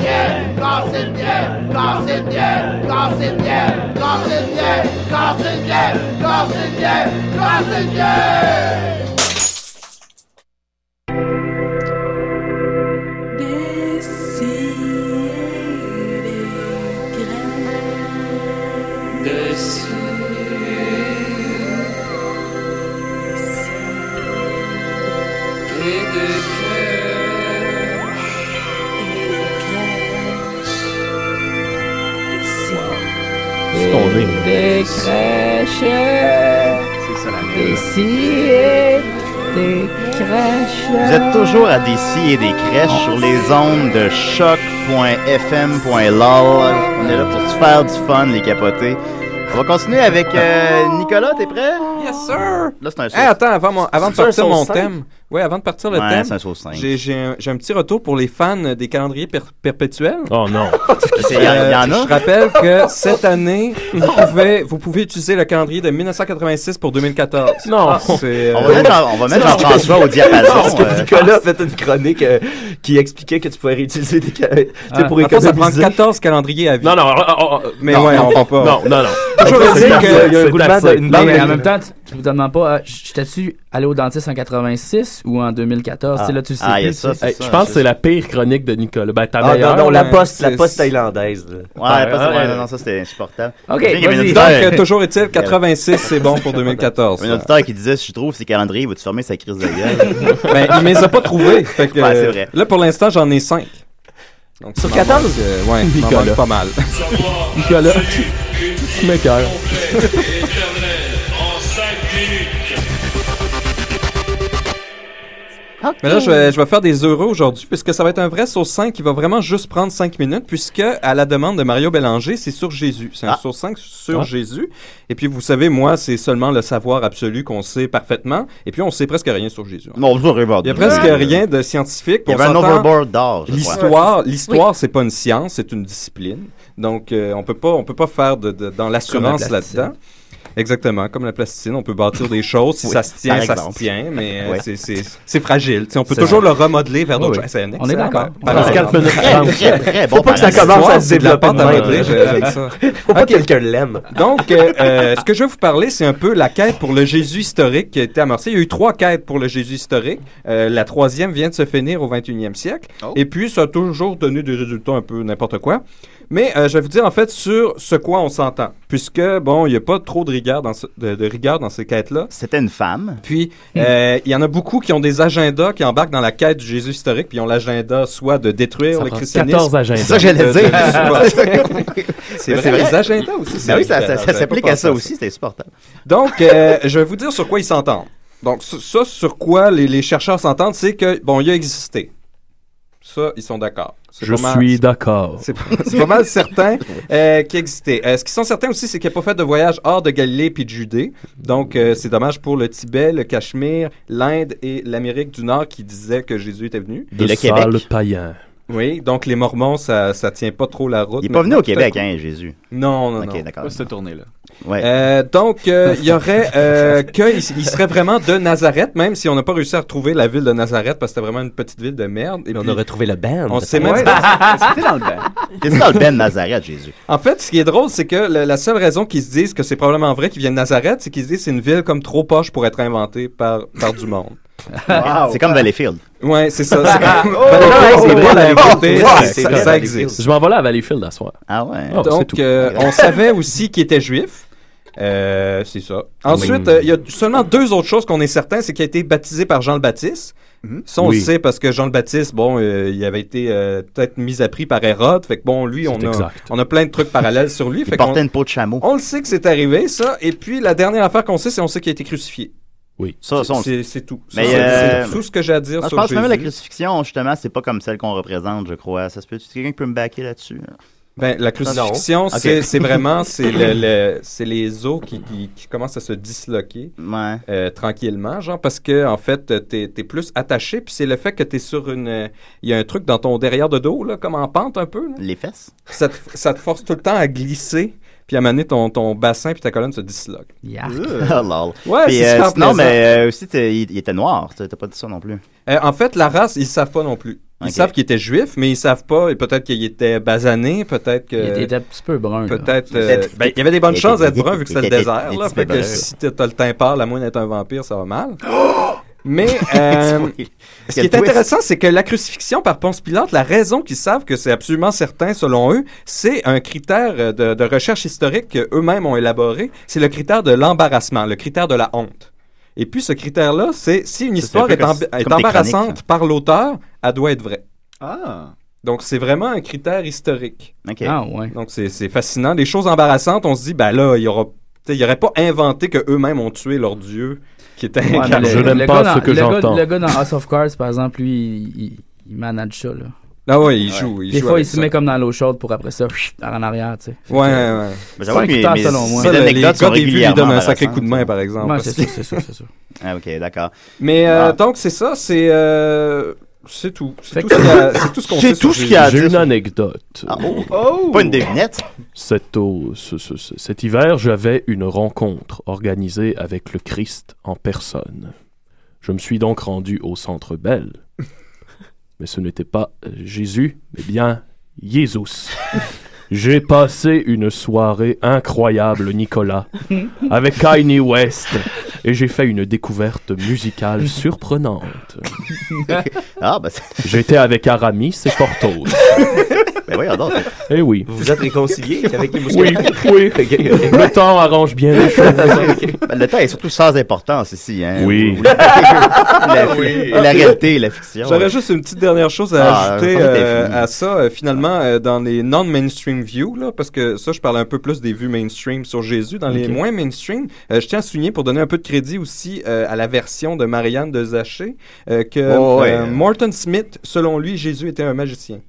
O: J'ai cassé le bien, cassé le bien, cassé le bien, cassé le bien, cassé le bien, cassé le bien, cassé le bien, cassé le bien.
D: Des Vous êtes toujours à des si et des crèches
J: Oh.
D: sur les ondes de choc.fm.lol. On est là pour se faire du fun, les capotés. On va continuer avec euh, Nicolas, t'es prêt?
J: Yes, sir!
D: Là, c'est un
J: Eh, attends, avant, mon- avant de
D: C'est un
J: partir
D: sauce
J: mon
D: cinq?
J: thème. Oui, avant de partir le
D: Ouais,
J: thème.
D: c'est un sauce cinq.
J: J'ai, j'ai un, j'ai un petit retour pour les fans des calendriers per- perpétuels. Euh,
I: Oh non.
D: Il y en- il y en a?
J: Je rappelle que cette année, vous pouvez, vous pouvez utiliser le calendrier de 1986 pour 2014.
I: Non.
J: c'est,
D: On
J: euh,
D: va mettre, en- on va mettre Jean-François au
M: Parce
D: diapason.
M: que
D: euh,
M: Nicolas a fait Ah, une chronique euh, qui expliquait que tu pouvais réutiliser des ca- tu sais,
J: Ah,
M: pour
J: en fait, ça prend
M: économiser.
J: 14 calendriers à vie.
I: Non, non, oh, oh,
J: mais
I: non,
J: ouais,
I: non,
J: on prend pas.
I: non, non, non.
J: Toujours
I: Ok, c'est
J: dire que-
I: parfait,
J: il y a un
I: c'est
J: roulement de-
I: parfait.
J: une
F: Non, mais en
J: Bang.
F: même temps, tu, tu me demandes pas, ah, j'étais-tu allé au dentiste en 86 ou en 2014? Tu sais, là, tu le
I: Ah,
F: sais. plus, tu sais.
I: Hey, Je pense que c'est la pire chronique de Nicolas. Ben, ta
M: Ah,
I: meilleure,
M: non, non, la
I: mais
M: poste, la
I: c'est-
M: poste thaïlandaise. là.
D: Ouais, la poste
I: Ah,
D: thaïlandaise,
I: ouais.
D: non, ça, c'était insupportable.
M: Ok,
D: J'ai- il y avait un
M: vas-y.
D: auditeur-
J: Donc, euh, toujours est-il, 86, c'est bon pour 2014.
D: Il y avait Un auditeur qui disait, si je trouve ces calendriers, vas-tu fermer sa crise de gueule?
J: ben, il ne les a pas trouvés. Fait que,
D: Ouais, c'est
J: euh,
D: vrai.
J: Là, pour l'instant, j'en ai 5.
D: Sur 14?
J: euh, ouais, il m'en
I: Nicolas.
J: manque pas mal.
I: Nicolas, tu, tu m'écoeures.
J: Mais là, je vais, je vais faire des heureux aujourd'hui, puisque ça va être un vrai sauce 5 qui va vraiment juste prendre 5 minutes, puisque à la demande de Mario Bélanger, c'est sur Jésus. C'est un
I: Ah.
J: sauce 5 sur
I: Ah.
J: Jésus. Et puis, vous savez, moi, c'est seulement le savoir absolu qu'on sait parfaitement. Et puis, on sait presque rien sur Jésus.
D: Non, je vais
J: Il y a presque rien de scientifique.
D: Il y
J: On
D: avait un
J: s'entend,
D: overboard d'or, je crois.
J: L'histoire,
D: Oui.
J: l'histoire, c'est pas une science, c'est une discipline. Donc, euh, on peut pas, on peut pas faire de, de- dans l'assurance
I: Comme la plasticine.
J: là-dedans. Exactement, comme la plasticine, on peut bâtir des choses. Si
I: Oui,
J: ça se tient,
I: par
J: ça
I: exemple.
J: se tient, mais euh,
I: Ouais.
J: c'est- c'est c'est fragile. Tu sais, on peut
I: C'est
J: toujours
I: vrai.
J: le remodeler vers d'autres
I: Oui, oui.
J: choses. C'est un
I: On est
J: excellent
I: d'accord.
J: par-
I: On
J: par-
I: s'écarte une
J: Très,
I: autre
J: très,
I: langue.
J: très
I: Faut pas
J: bon
I: que ça
J: parallèle.
I: commence à
J: Ouais,
I: se
J: c'est de la
I: développer
J: pâte
I: de
J: à
I: même.
J: modeler, j'ai- avec ça.
M: Faut pas que quelqu'un l'aime.
J: Donc, euh, euh, ce que je vais vous parler, c'est un peu la quête pour le Jésus historique qui a été amorcée. Il y a eu trois quêtes pour le Jésus historique. Euh, la troisième vient de se finir au 21e siècle.
D: Oh.
J: Et puis, ça a toujours donné des résultats un peu n'importe quoi. Mais euh, je vais vous dire, en fait, sur ce quoi on s'entend. Puisque, bon, il n'y a pas trop de rigueur dans, ce- de, de rigueur dans ces quêtes-là.
D: C'était une femme.
J: Puis, euh, il y en a beaucoup qui ont des agendas qui embarquent dans la quête du Jésus historique. Puis, ils ont l'agenda soit de détruire
I: Ça
J: le
I: prend
J: christianisme.
I: 14 agendas.
J: de-
I: C'est ça que j'allais
J: de-
I: dire.
J: de-
D: Mais
J: c'est vrai, les agendas aussi. c'est
D: Ben
J: vrai.
D: oui, ça, ça- ça
J: J'avais pas
D: s'applique à
J: pensé
D: ça aussi, c'était supportable.
J: donc, euh, je vais vous dire sur quoi ils s'entendent. Donc, ça, ça, sur quoi les, les chercheurs s'entendent, c'est que, bon, il a existé. Ça, ils sont d'accord. C'est
I: Je
J: pas mal-
I: suis d'accord.
J: C'est c'est pas mal certain euh, qu'il existait. Euh, ce qu'ils sont certains aussi, c'est qu'il n'a pas fait de voyage hors de Galilée puis de Judée. Donc, euh, c'est dommage pour le Tibet, le Cachemire, l'Inde et l'Amérique du Nord qui disaient que Jésus était venu.
I: De sale païen.
J: Oui, donc les Mormons, ça ne tient pas trop la route.
D: Il est pas venu
J: maintenant,
D: au
J: tout à
D: Québec,
J: coup.
D: hein, Jésus.
J: Non, non, non.
D: Ok, d'accord.
K: cette tournée-là.
D: Ouais.
J: Euh, donc, euh, il y aurait euh, qu'il serait vraiment de Nazareth, même si on n'a pas réussi à retrouver la ville de Nazareth parce que c'était vraiment une petite ville de merde. Et
M: on a retrouvé le band,
J: On sait même.
M: peut-être.
J: C'était dans le band.
D: T'es dans le Ben Nazareth, Jésus.
J: En fait, ce qui est drôle, c'est que le- la seule raison qu'ils se disent que c'est probablement vrai qu'ils viennent de Nazareth, c'est qu'ils se disent que c'est une ville comme trop poche pour être inventée par, par du monde.
D: Wow. C'est comme Valleyfield.
J: Ouais, c'est ça. C'est comme-
D: Oh,
J: Valleyfield,
D: c'est
J: Ben, on
D: vrai,
J: va la
D: Valleyfield.
J: voter,
D: Ouais,
J: ça-
D: c'est
J: ça-
D: vrai,
J: Ça
D: Valleyfield.
J: existe.
I: Je m'en vais là à Valleyfield à soir.
D: Ah ouais.
I: Ah, c'est
J: Donc,
I: tout.
J: euh, on savait aussi qu'il était juif. Euh, c'est ça. Ensuite,
I: Oui.
J: euh, il y a seulement deux autres choses qu'on est certain, c'est qu'il a été baptisé par Jean le Baptiste.
D: Mhm.
J: Ça, on
I: Oui.
J: le sait parce que Jean le Baptiste, bon, euh, il avait été euh, peut-être mis à prix par Hérode. Fait que bon, lui, on a,
I: exact.
J: on a plein de trucs parallèles sur lui.
D: Il
J: Fait
D: portait
J: qu'on-
D: une peau de chameau.
J: on le sait que c'est arrivé, ça. Et puis, la dernière affaire qu'on sait, c'est on sait qu'il a été crucifié.
I: Oui.
D: Ça, ça, on le
J: C'est c'est tout. Ça,
D: Mais,
J: c'est-
D: euh,
J: c'est tout ce que j'ai à dire
D: non, Je
J: sur
D: pense même que la
J: Jésus.
D: crucifixion, justement, c'est pas comme celle qu'on représente, je crois. Ça se peut. Quelqu'un qui peut me baquer là-dessus. hein?
J: Ben, la crucifixion,
D: Non.
J: c'est
D: Ok.
J: c'est vraiment c'est le, le- c'est les os qui, qui, qui commencent à se disloquer euh, tranquillement, genre parce que en fait euh, t'es es plus attaché, puis c'est le fait que t'es sur une, euh, il y a un truc dans ton derrière de dos là, comme en pente un peu.
D: Les fesses.
J: Ça te, ça te force tout le temps à glisser. puis à un moment donné, ton, ton bassin puis ta colonne se disloque.
F: Yark.
D: Ah, lol.
J: Euh. Ouais,
D: Puis,
J: c'est
D: euh,
J: super plaisant.
D: sinon, mais euh, aussi, t'es- il, il était noir. T'as t'as pas dit ça non plus.
J: Euh, en fait, la race, ils savent pas non plus. Ils
D: Ok.
J: savent qu'il était juif, mais ils savent pas, et peut-être qu'il était basané, peut-être que...
F: Il était un petit peu brun. là.
J: Peut-être. euh, ben, il y avait des bonnes
F: Il
J: chances
F: était-
J: d'être brun vu que
F: il
J: c'était le
F: était-
J: désert.
F: il
J: Là,
F: était
J: fait que
F: brun.
J: si t'as t'as le teint pâle, à moins d'être un vampire, ça va mal. Mais euh,
D: Spoil.
J: ce qui
D: Quel
J: est
D: twist.
J: intéressant, c'est que la crucifixion par Ponce Pilate, la raison qu'ils savent que c'est absolument certain selon eux, c'est un critère euh, de, de recherche historique qu'eux-mêmes ont élaboré. C'est le critère de l'embarrassement, le critère de la honte. Et puis ce critère-là, c'est si une
D: Ça, c'est
J: histoire
D: un peu
J: est,
D: comme-
J: emb-
D: comme
J: est
D: des chroniques,
J: embarrassante
D: ça.
J: par l'auteur, elle doit être vraie.
K: Ah.
J: Donc, c'est vraiment un critère historique.
D: OK. Ah,
F: ouais.
J: Donc, c'est c'est fascinant. Des choses embarrassantes, on se dit, ben là, il y aura. tu sais, Il n'aurait pas inventé qu'eux-mêmes ont tué leur dieu qui était
F: Ouais, mais
J: incarné.
F: le- le gars dans- le gars- Le gars dans House of Cards, par exemple, lui, il, il- il manage ça. Là.
J: Ah ouais, il joue, il
F: Des
J: joue
F: fois, il
J: avec
F: se
J: ça.
F: met comme dans l'eau chaude pour après ça, pfff, en arrière, tu sais. Fait
J: Ouais, ouais,
F: que,
J: ouais.
F: C'est pas un critère, selon moi.
J: Ça, les gars des vues lui donnent un sacré coup de main, par exemple.
F: Ouais, c'est sûr, c'est sûr, c'est sûr.
D: Ah, ok, d'accord.
J: Mais euh,
D: Ah.
J: donc, c'est ça, c'est. euh, C'est tout. C'est tout,
D: que-
J: ce qu'il y a- c'est tout ce qu'on
D: C'est
J: sait sur
D: tout ce qu'il y a à
J: Jésus.
D: dire.
I: J'ai une anecdote.
D: Ah, oh. Pas une devinette.
I: Cet, au- ce- ce- ce- cet hiver, j'avais une rencontre organisée avec le Christ en personne. Je me suis donc rendu au Centre Bell. Mais ce n'était pas euh, Jésus, mais bien Jésus. J'ai passé une soirée incroyable, Nicolas, avec Kanye West, et j'ai fait une découverte musicale surprenante.
D: Ah, bah,
I: J'étais avec Aramis et Porthos.
D: Ben oui, donc.
I: Eh oui.
M: Vous vous êtes réconcilié avec les
I: Oui,
M: mousquetaires?
I: oui. Le temps arrange bien les choses.
D: Ben, le temps est surtout sans importance ici. Hein?
I: Oui.
G: Ah,
D: la,
J: Oui.
D: la réalité et la fiction.
J: J'aurais juste une petite dernière chose à
D: Ah,
J: ajouter
D: on est
J: euh,
D: infini.
J: à ça. euh, finalement, euh, dans les non-mainstream views, là, parce que ça, je parle un peu plus des vues mainstream sur Jésus. Dans les
D: Ok.
J: moins mainstream, euh, je tiens à souligner pour donner un peu de crédit aussi euh, à la version de Marianne de Zaché euh, que
D: Oh, ouais.
J: euh, Morton Smith, selon lui, Jésus était un magicien.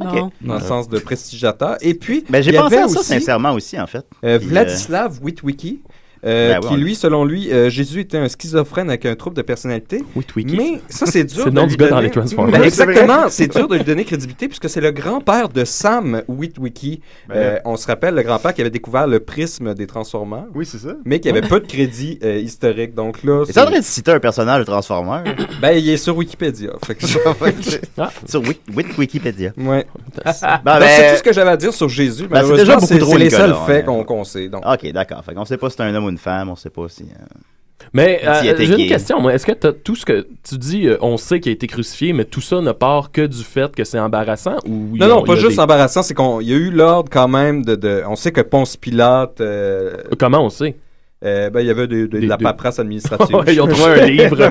D: Ok. Non.
J: Dans le sens de prestigiateur. Et puis,
D: Ben, j'ai
J: il y
D: pensé
J: avait
D: à ça,
J: aussi,
D: sincèrement, aussi, en fait.
J: euh,
D: Puis, euh,
J: Vladislav Witwicki, euh,
D: Ben oui,
J: qui
D: on-
J: lui, selon lui, euh, Jésus était un schizophrène avec un trouble de personnalité. Mais ça, c'est dur.
I: C'est le
J: de
I: nom
J: lui
I: du gars dans
J: donner-
I: les Transformers.
J: Ben,
I: Oui, c'est
J: exactement,
I: vrai.
J: c'est dur de lui donner crédibilité puisque c'est le grand-père de Sam Witwicky.
D: Ben,
J: Euh, on se rappelle le grand-père qui avait découvert le prisme des Transformers.
K: Oui, c'est ça.
J: Mais qui avait peu de crédit euh, historique. Donc là,
D: T'es en train de citer un personnage de Transformers? Ah.
J: ben, il est sur Wikipédia. Fait que-
D: Sur Wik- Wik- Wikipédia.
J: Ouais.
D: Bon,
J: Donc,
D: ben-
J: c'est tout ce que j'avais à dire sur Jésus.
D: Ben, c'est déjà
J: Malheureusement,
D: beaucoup
J: c'est-
D: trop
J: c'est les
D: Nicolas,
J: seuls
D: on
J: faits
D: est-
J: qu'on qu'on sait. Donc.
D: Ok, d'accord. Fait qu'on sait pas si c'est un homme ou une femme, on sait pas si. euh,
I: Mais
D: s'il
I: euh,
D: était
I: j'ai
D: gay.
I: une question. moi. Est-ce que t'as tout ce que tu dis, euh, on sait qu'il a été crucifié, mais tout ça ne part que du fait que c'est embarrassant ou il y
J: Non,
I: a-
J: non,
I: il y
J: pas
I: a
J: juste
I: des-
J: embarrassant, c'est qu'on il y a eu l'ordre quand même de, de- On sait que Ponce Pilate. euh,
I: Comment on sait
J: ben, il y avait de, de- de la
I: des-
J: paperasse administrative.
I: Ils ont trouvé un livre.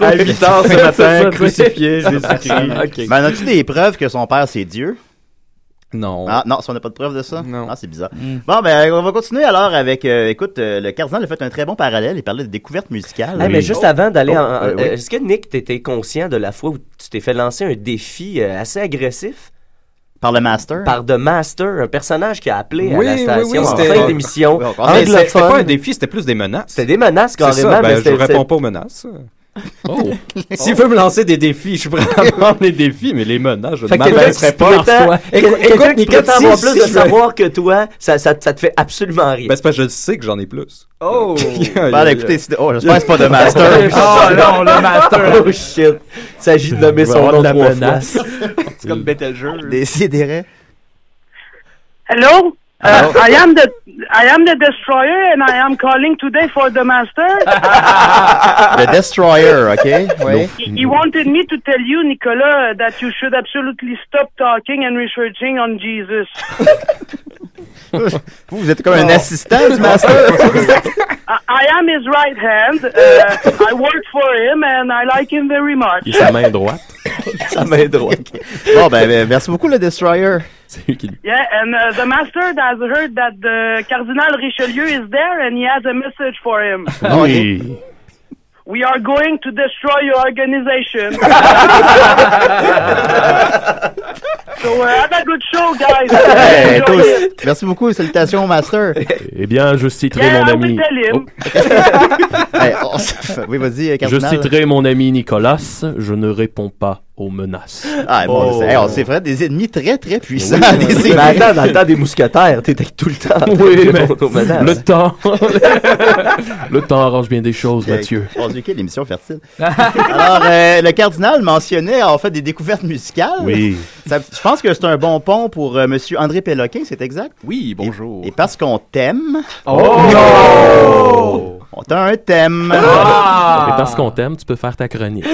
J: à 8 heures ce
I: C'est
J: matin,
I: ça,
J: crucifié,
I: c'est-
J: Jésus-Christ.
D: Mais en as-tu des preuves que son père, c'est Dieu?
J: Non.
D: Ah, non, si on n'a pas de preuves de ça? Non. Ah, c'est bizarre.
M: Hmm.
D: Bon, ben, on va continuer alors avec. euh, écoute, euh, le cardinal a fait un très bon parallèle. Il parlait de découverte musicale.
M: Ah, mais juste
D: Oh.
M: avant d'aller
D: Oh,
M: en. en-
D: euh, oui.
M: euh, Est-ce que Nick, t'étais conscient de la fois où tu t'es fait lancer un défi euh, assez agressif?
D: Par le Master?
M: Par The Master, un personnage qui a appelé
J: Oui,
M: à la
J: oui,
M: station
J: oui,
M: en
J: c'était-
M: fin d'émission.
J: Mais c'était-
M: anglophone.
J: c'était pas un défi, c'était plus des menaces.
M: C'était des menaces
J: C'est ça,
M: carrément.
J: ben,
M: mais Oh.
J: je
M: c'était-
J: réponds
M: c'était-
J: pas aux menaces.
I: Oh.
J: S'il veut me lancer des défis, je suis prêt à prendre les défis, mais les menaces, je ne
M: Fait que quelqu'un
J: m'adresserai
M: qui
J: pas.
M: prétend-
J: Écoute-
M: quel-
J: écoute,
M: quelqu'un qui
J: Nicolas,
M: prétend avoir
J: si-
M: plus
J: si
M: de
J: je-
M: savoir que toi, ça, ça, ça te fait absolument rire.
J: Ben, c'est parce que je sais que j'en ai plus.
M: Oh!
D: Bon, écoutez, c'est- oh, j'espère que c'est pas de Master.
M: oh non, le master! Oh shit! Il s'agit de nommer son nom trois fois.
K: c'est comme Betelgeuse.
D: Décidérez.
P: Hello? Uh,
D: Hello.
P: I am the I am the destroyer and I am calling today for the master.
D: Le Destroyer, ok? Oui.
P: he, he wanted me to tell you, Nicola, that you should absolutely stop talking and researching on Jesus.
D: Vous, vous êtes comme un assistant du Master?
P: I, I am his right hand. Uh, I work for him and I like him very much.
I: Il est sa main droite.
D: Ça m'aide droite. Bon, ben, ben, merci beaucoup, le Destroyer.
I: C'est lui qui
P: Yeah, and uh, the master has heard that the Cardinal Richelieu is there and he has a message for him.
I: Oui.
P: We are going to destroy your organization. so uh, have a good show, guys.
D: Hey, toi
P: Enjoy
D: aussi.
P: it.
D: Merci beaucoup, salutations au Master.
I: Eh bien, je citerai
P: Yeah,
I: mon
P: I
I: ami. Oh,
P: will tell him.
D: Hey, on s- oui, vas-y,
I: Je
D: Cardinal.
I: citerai mon ami Nicolas. Je ne réponds pas aux menaces.
D: Ah, bon,
I: Oh.
D: c'est- hey, on s'est vraiment des ennemis très, très puissants.
I: Oui, oui.
D: Des
I: Ah, Mais
D: ennemis-
I: attends, dans le temps
M: des mousquetaires, t'étais tout le temps.
I: Oui, mais le temps. le temps arrange bien des choses,
D: Que-
I: Mathieu.
D: Mon Dieu, quelle émission fertile. Alors, euh, le cardinal mentionnait en fait des découvertes musicales.
I: Oui.
D: Ça- je pense que c'est un bon pont pour euh, Monsieur M. André Péloquin, c'est exact? Oui, bonjour. Et, et parce qu'on t'aime. Oh non!
K: Oh!
D: On t'a un
G: Ah,
D: thème.
K: Ah!
I: Et Ah. parce qu'on t'aime, tu peux faire ta chronique.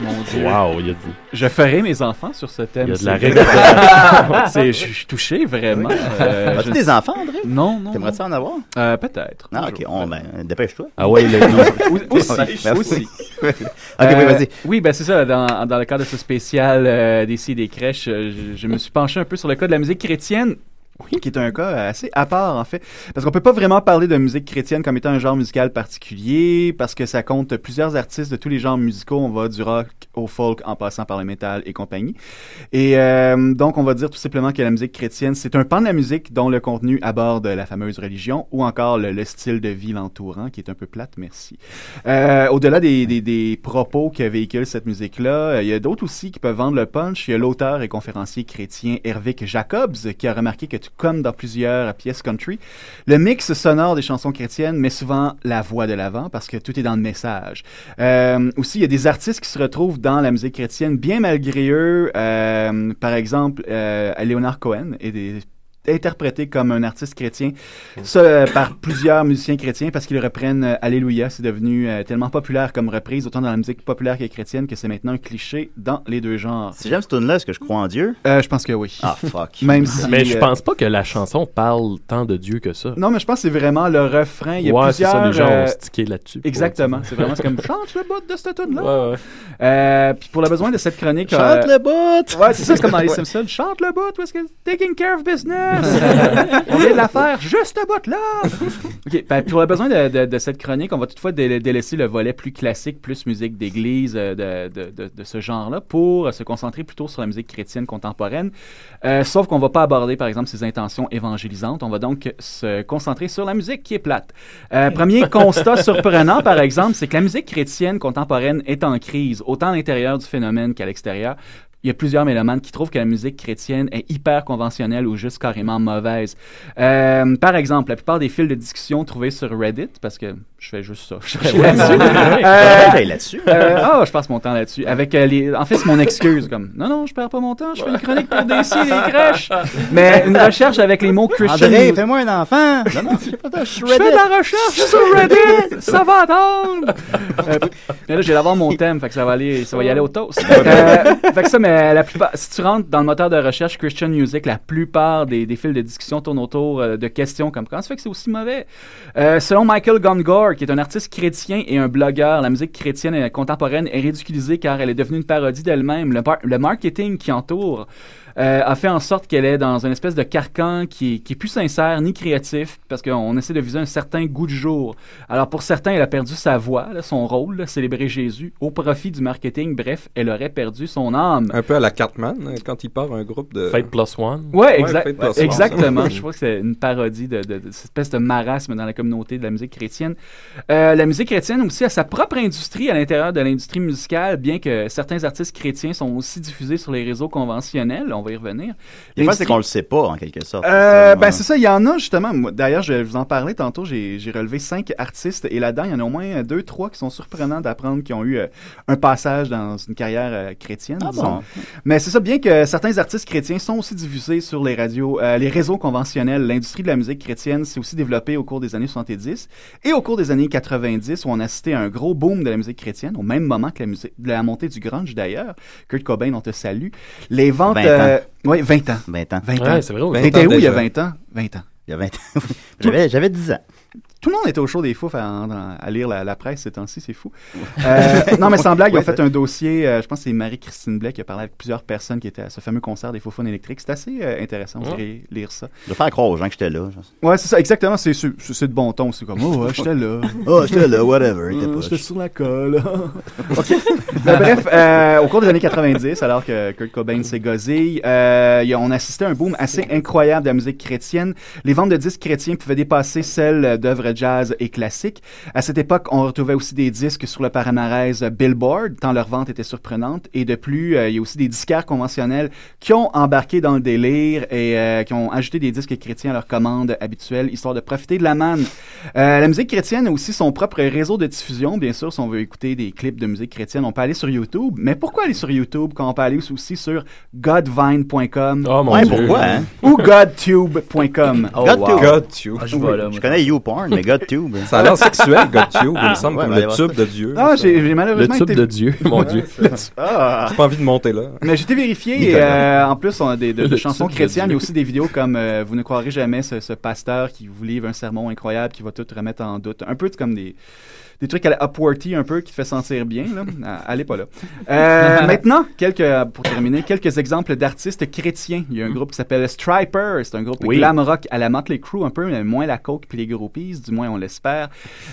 K: Mon Dieu.
I: Wow, il y a du-
K: Je ferai mes enfants sur ce thème.
I: Il y a de la
K: c'est-
I: réverberation.
K: C'est- Je je suis touché, vraiment. Euh,
D: As-tu
K: je-
D: des enfants, André?
K: Non, non.
D: T'aimerais-tu en avoir?
K: Euh, Peut-être.
D: Ah, ok, on, ben, dépêche-toi.
I: Ah ouais, il a-
K: Ou- aussi,
D: Merci.
K: aussi.
D: ok, oui,
K: Euh,
D: vas-y.
K: Oui, ben c'est ça, dans, dans le cadre de ce spécial euh, des scies et des crèches, euh, je, je me suis penché un peu sur le cas de la musique chrétienne. qui est un cas euh, assez à part en fait, parce qu'on peut pas vraiment parler de musique chrétienne comme étant un genre musical particulier, parce que ça compte plusieurs artistes de tous les genres musicaux, on va du rock au folk en passant par le métal et compagnie. Et euh, donc on va dire tout simplement que la musique chrétienne, c'est un pan de la musique dont le contenu aborde la fameuse religion ou encore le, le style de vie l'entourant, qui est un peu plate, merci. Euh, Au-delà des, des- des propos que véhicule cette musique-là, euh, il y a d'autres aussi qui peuvent vendre le punch. Il y a l'auteur et conférencier chrétien Hervic Jacobs qui a remarqué que, tout comme dans plusieurs pièces country, le mix sonore des chansons chrétiennes met souvent la voix de l'avant parce que tout est dans le message. Euh, aussi, il y a des artistes qui se retrouvent dans la musique chrétienne bien malgré eux. Euh, par exemple, euh, Leonard Cohen est des- interprété comme un artiste chrétien ça, euh, par plusieurs musiciens chrétiens parce qu'ils reprennent euh, Alléluia. C'est devenu euh, tellement populaire comme reprise, autant dans la musique populaire que chrétienne, que c'est maintenant un cliché dans les deux genres.
D: Si j'aime ce tune-là, est-ce que je crois en Dieu?
K: Euh, je pense que oui.
D: Ah, fuck.
K: Même si,
I: mais je
K: euh,
I: pense pas que la chanson parle tant de Dieu que ça.
K: Non, mais je pense que c'est vraiment le refrain. Il y a
I: Ouais, c'est
K: plusieurs.
I: ça, les gens ont
K: euh,
I: stické là-dessus.
K: Exactement.
I: Ouais.
K: C'est vraiment c'est comme chante le bout de cette tune là. Euh, puis pour le besoin de cette chronique.
D: Chante
K: euh,
D: le bout!
K: Ouais, c'est ça, c'est comme dans les
D: Ouais.
K: Simpsons. Chante le bout, parce que taking care of business. on vient de la faire juste à bout là. OK, ben, pour le besoin de, de- de cette chronique, on va toutefois dé- délaisser le volet plus classique, plus musique d'église euh, de, de- de- de ce genre-là pour euh, se concentrer plutôt sur la musique chrétienne contemporaine. Euh, sauf qu'on va pas aborder, par exemple, ses intentions évangélisantes. On va donc se concentrer sur la musique qui est plate. Euh, premier constat surprenant, par exemple, c'est que la musique chrétienne contemporaine est en crise, autant à l'intérieur du phénomène qu'à l'extérieur. Il y a plusieurs mélomanes qui trouvent que la musique chrétienne est hyper conventionnelle ou juste carrément mauvaise. Euh, par exemple, la plupart des fils de discussion trouvés sur Reddit, parce que je fais juste ça. Je suis là-dessus.
D: Ouais.
K: Euh,
D: Ouais, là-dessus.
K: euh, Ah, je passe mon temps là-dessus. Avec euh, les... En fait, c'est mon excuse. comme Non, non, je perds pas mon temps. Je fais une chronique pour DC et les crèches. Mais une recherche avec les mots Christian.
D: André, fais-moi un enfant! Non, non, c'est pas toi, je suis
K: Je fais de
D: Reddit.
K: la recherche sur Reddit, ça va attendre. Euh, mais là, j'ai d'avoir mon thème, fait que ça va aller, ça va y aller au toast. Euh, fait que ça, mais la plupart, si tu rentres dans le moteur de recherche Christian Music, la plupart des, des fils de discussion tournent autour euh, de questions comme comment ça fait que c'est aussi mauvais. Euh, selon Michael Gongor, qui est un artiste chrétien et un blogueur, la musique chrétienne et contemporaine est ridiculisée car elle est devenue une parodie d'elle-même. Le, par- le marketing qui entoure euh, a fait en sorte qu'elle est dans une espèce de carcan qui, qui est plus sincère ni créatif parce qu'on essaie de viser un certain goût du jour. Alors pour certains, elle a perdu sa voix, là, son rôle, là, célébrer Jésus au profit du marketing. Bref, elle aurait perdu son âme.
J: Un peu à la Cartman, euh, quand il part un groupe de.
I: Fate Plus One.
K: Ouais, exact-
J: Fate Plus One.
K: exactement. Je crois que c'est une parodie de, de- de cette espèce de marasme dans la communauté de la musique chrétienne. Euh, la musique chrétienne aussi a sa propre industrie à l'intérieur de l'industrie musicale, bien que certains artistes chrétiens sont aussi diffusés sur les réseaux conventionnels. On va y revenir.
D: Des fois, c'est
K: L'industrie-
D: qu'on le sait pas, en quelque sorte.
K: euh, ben c'est ça, il y en a justement. Moi, D'ailleurs, je vais vous en parler tantôt. J'ai j'ai relevé cinq artistes et là-dedans, il y en a au moins euh, deux, trois qui sont surprenants d'apprendre qui ont eu euh, un passage dans une carrière euh, chrétienne.
D: Ah
K: disons.
D: bon?
K: Mais c'est ça, bien que certains artistes chrétiens sont aussi diffusés sur les radios, euh, les réseaux conventionnels. L'industrie de la musique chrétienne s'est aussi développée au cours des années 70 et au cours des années 90 où on a assisté à un gros boom de la musique chrétienne au même moment que la, musique, la montée du grunge d'ailleurs. Kurt Cobain, on te salue. Les ventes. euh,
D: 20 ans.
K: oui, 20 ans.
D: 20 ans.
K: 20 ans. T'étais où il y a 20 ans? 20 ans.
D: Il y a 20 ans. J'avais- J'avais 10 ans.
K: Tout le monde était au chaud des fous à, à lire la, la presse ces temps-ci, c'est fou. Euh, non, mais sans blague, ils ont
J: Ouais,
K: fait
J: ouais.
K: un dossier. euh, je pense que c'est Marie-Christine Blais qui a parlé avec plusieurs personnes qui étaient à ce fameux concert des faux électriques. C'est assez euh, intéressant, vous
D: Ouais.
K: irez lire ça.
D: Je vais faire croire aux gens que j'étais là.
K: Ouais, c'est ça, exactement. C'est c'est- c'est de bon ton. C'est comme, oh, ouais, j'étais là.
D: Oh, j'étais là, whatever, il était
K: Euh,
D: poche.
K: J'étais sur la colle. OK. Mais bref, euh, au cours des années 90, alors que Kurt Cobain s'est gosé, euh, y a- on assistait à un boom assez incroyable de la musique chrétienne. Les ventes de disques chrétiens pouvaient dépasser celles d'œuvres jazz et classiques. À cette époque, on retrouvait aussi des disques sur le palmarès Billboard, tant leur vente était surprenante. Et de plus, euh, il y a aussi des disquaires conventionnels qui ont embarqué dans le délire et euh, qui ont ajouté des disques chrétiens à leurs commandes habituelles, histoire de profiter de la manne. Euh, la musique chrétienne a aussi son propre réseau de diffusion. Bien sûr, si on veut écouter des clips de musique chrétienne, on peut aller sur YouTube. Mais pourquoi aller sur YouTube quand on peut aller aussi sur godvine.com
D: mon Ouais, Dieu. pourquoi, hein?
K: ou godtube.com
D: GodTube.
K: Oui.
D: je connais YouPorn, mais GodTube.
K: Ça a l'air sexuel, GodTube, il me semble,
D: Ouais, ben,
K: comme le
D: allez voir
K: tube
D: ça.
K: de Dieu. Non, Ah, j'ai- j'ai malheureusement été- Ouais, c'est- Ah.
J: J'ai pas envie de monter là.
K: Mais j'étais vérifié et euh, en plus, on a des de- de chansons chrétiennes, mais aussi des vidéos comme euh, Vous ne croirez jamais ce, ce pasteur qui vous livre un sermon incroyable qui va tout remettre en doute. Un peu comme des, des trucs à la Upworthy, un peu qui te fait sentir bien. Là. Ah, Allez pas là. Euh, maintenant, quelques, pour terminer, quelques exemples d'artistes chrétiens. Il y a un groupe qui s'appelle Striper. C'est un groupe
J: Oui.
K: glam rock à la Motley Crue, un peu, mais moins la coke puis les groupies, du moins on l'espère.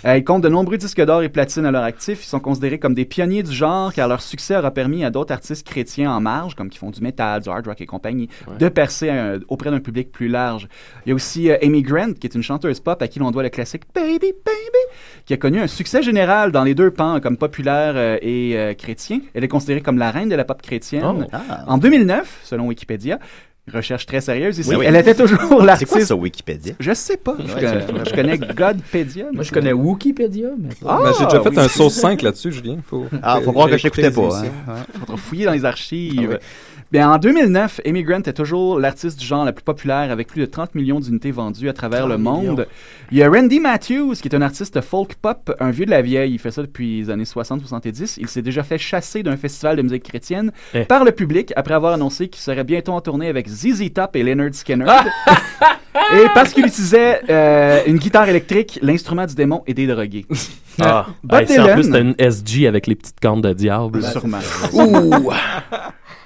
K: Euh, ils comptent de nombreux disques d'or et platine à leur actif. Ils sont considérés comme des pionniers du genre car leur succès aura permis à d'autres artistes chrétiens en marge, comme qui font du métal, du hard rock et compagnie, de percer euh, auprès d'un public plus large. Il y a aussi euh, Amy Grant, qui est une chanteuse pop à qui l'on doit le classique Baby, Baby, qui a connu un succès général dans les deux pans, comme populaire euh, et euh, chrétien. Elle est considérée comme la reine de la pop chrétienne.
D: Oh. Ah.
K: En 2009, selon Wikipédia, recherche très sérieuse ici,
D: Oui, oui.
K: elle était toujours
D: C'est
K: l'artiste.
D: quoi ça, Wikipédia?
K: Je sais pas. Je,
D: Ouais,
K: connais,
D: c'est-
K: je connais Godpedia. Ah,
F: Moi, je connais Wikipédia.
D: Ah,
F: Mais...
J: Ben, j'ai déjà fait
K: oui.
J: un sauce 5 là-dessus, Julien. Faut,
K: Ah, faut croire que je t'écoutais pas.
J: hein.
K: Faudra fouiller dans les archives. Bien, en 2009, Amy Grant est toujours l'artiste du genre la plus populaire avec plus de 30 millions d'unités vendues à travers le
J: 30
K: monde.
J: millions.
K: Il y a Randy Matthews, qui est un artiste folk pop, un vieux de la vieille. Il fait ça depuis les années 60-70. Il s'est déjà fait chasser d'un festival de musique chrétienne
I: Eh.
K: par le public après avoir annoncé qu'il serait bientôt en tournée avec ZZ Top et Leonard Skinner. et parce qu'il utilisait euh, une guitare électrique, l'instrument du démon et des drogués.
I: Ah,
K: Bob
I: hey, c'est en
K: Dylan-
I: plus, c'était une SG avec les petites cornes de diable.
K: Sûrement. Ouh.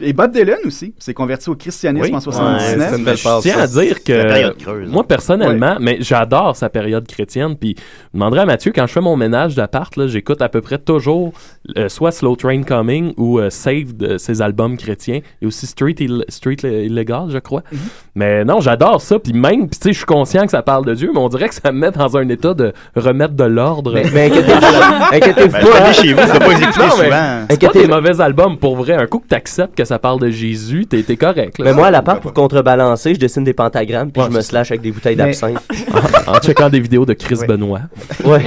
K: Et Bob Dylan aussi s'est converti au christianisme en 79.
I: Ben, je tiens à dire que moi personnellement, mais j'adore sa période chrétienne. Puis je demanderais à Mathieu quand je fais mon ménage d'appart, là, j'écoute à peu près toujours euh, soit Slow Train Coming ou euh, Saved, euh, ses albums chrétiens, et aussi Street Ill- Street Ill- Illegal, je crois.
M: Mhm.
I: Mais non, j'adore ça. Puis même, puis tu sais, je suis conscient que ça parle de Dieu, mais on dirait que ça me met dans un état de remettre de l'ordre.
M: Mais- mais inquiétez-vous- inquiétez-vous Ben, pas, je connais hein. chez vous, c'est pas exécuté
I: Non, mais
M: souvent.
I: C'est pas des
M: Inquiétez-vous-
I: mauvais albums pour vrai. Un coup que t'acceptes que ça parle de Jésus, t'es t'es correct. là.
M: Mais moi, à la
D: Bah,
M: part, pour contrebalancer, je dessine des pentagrammes puis je me slash avec des bouteilles
I: Mais-
M: d'absinthe.
I: en, en checkant des vidéos de Chris Benoit.
M: Ouais.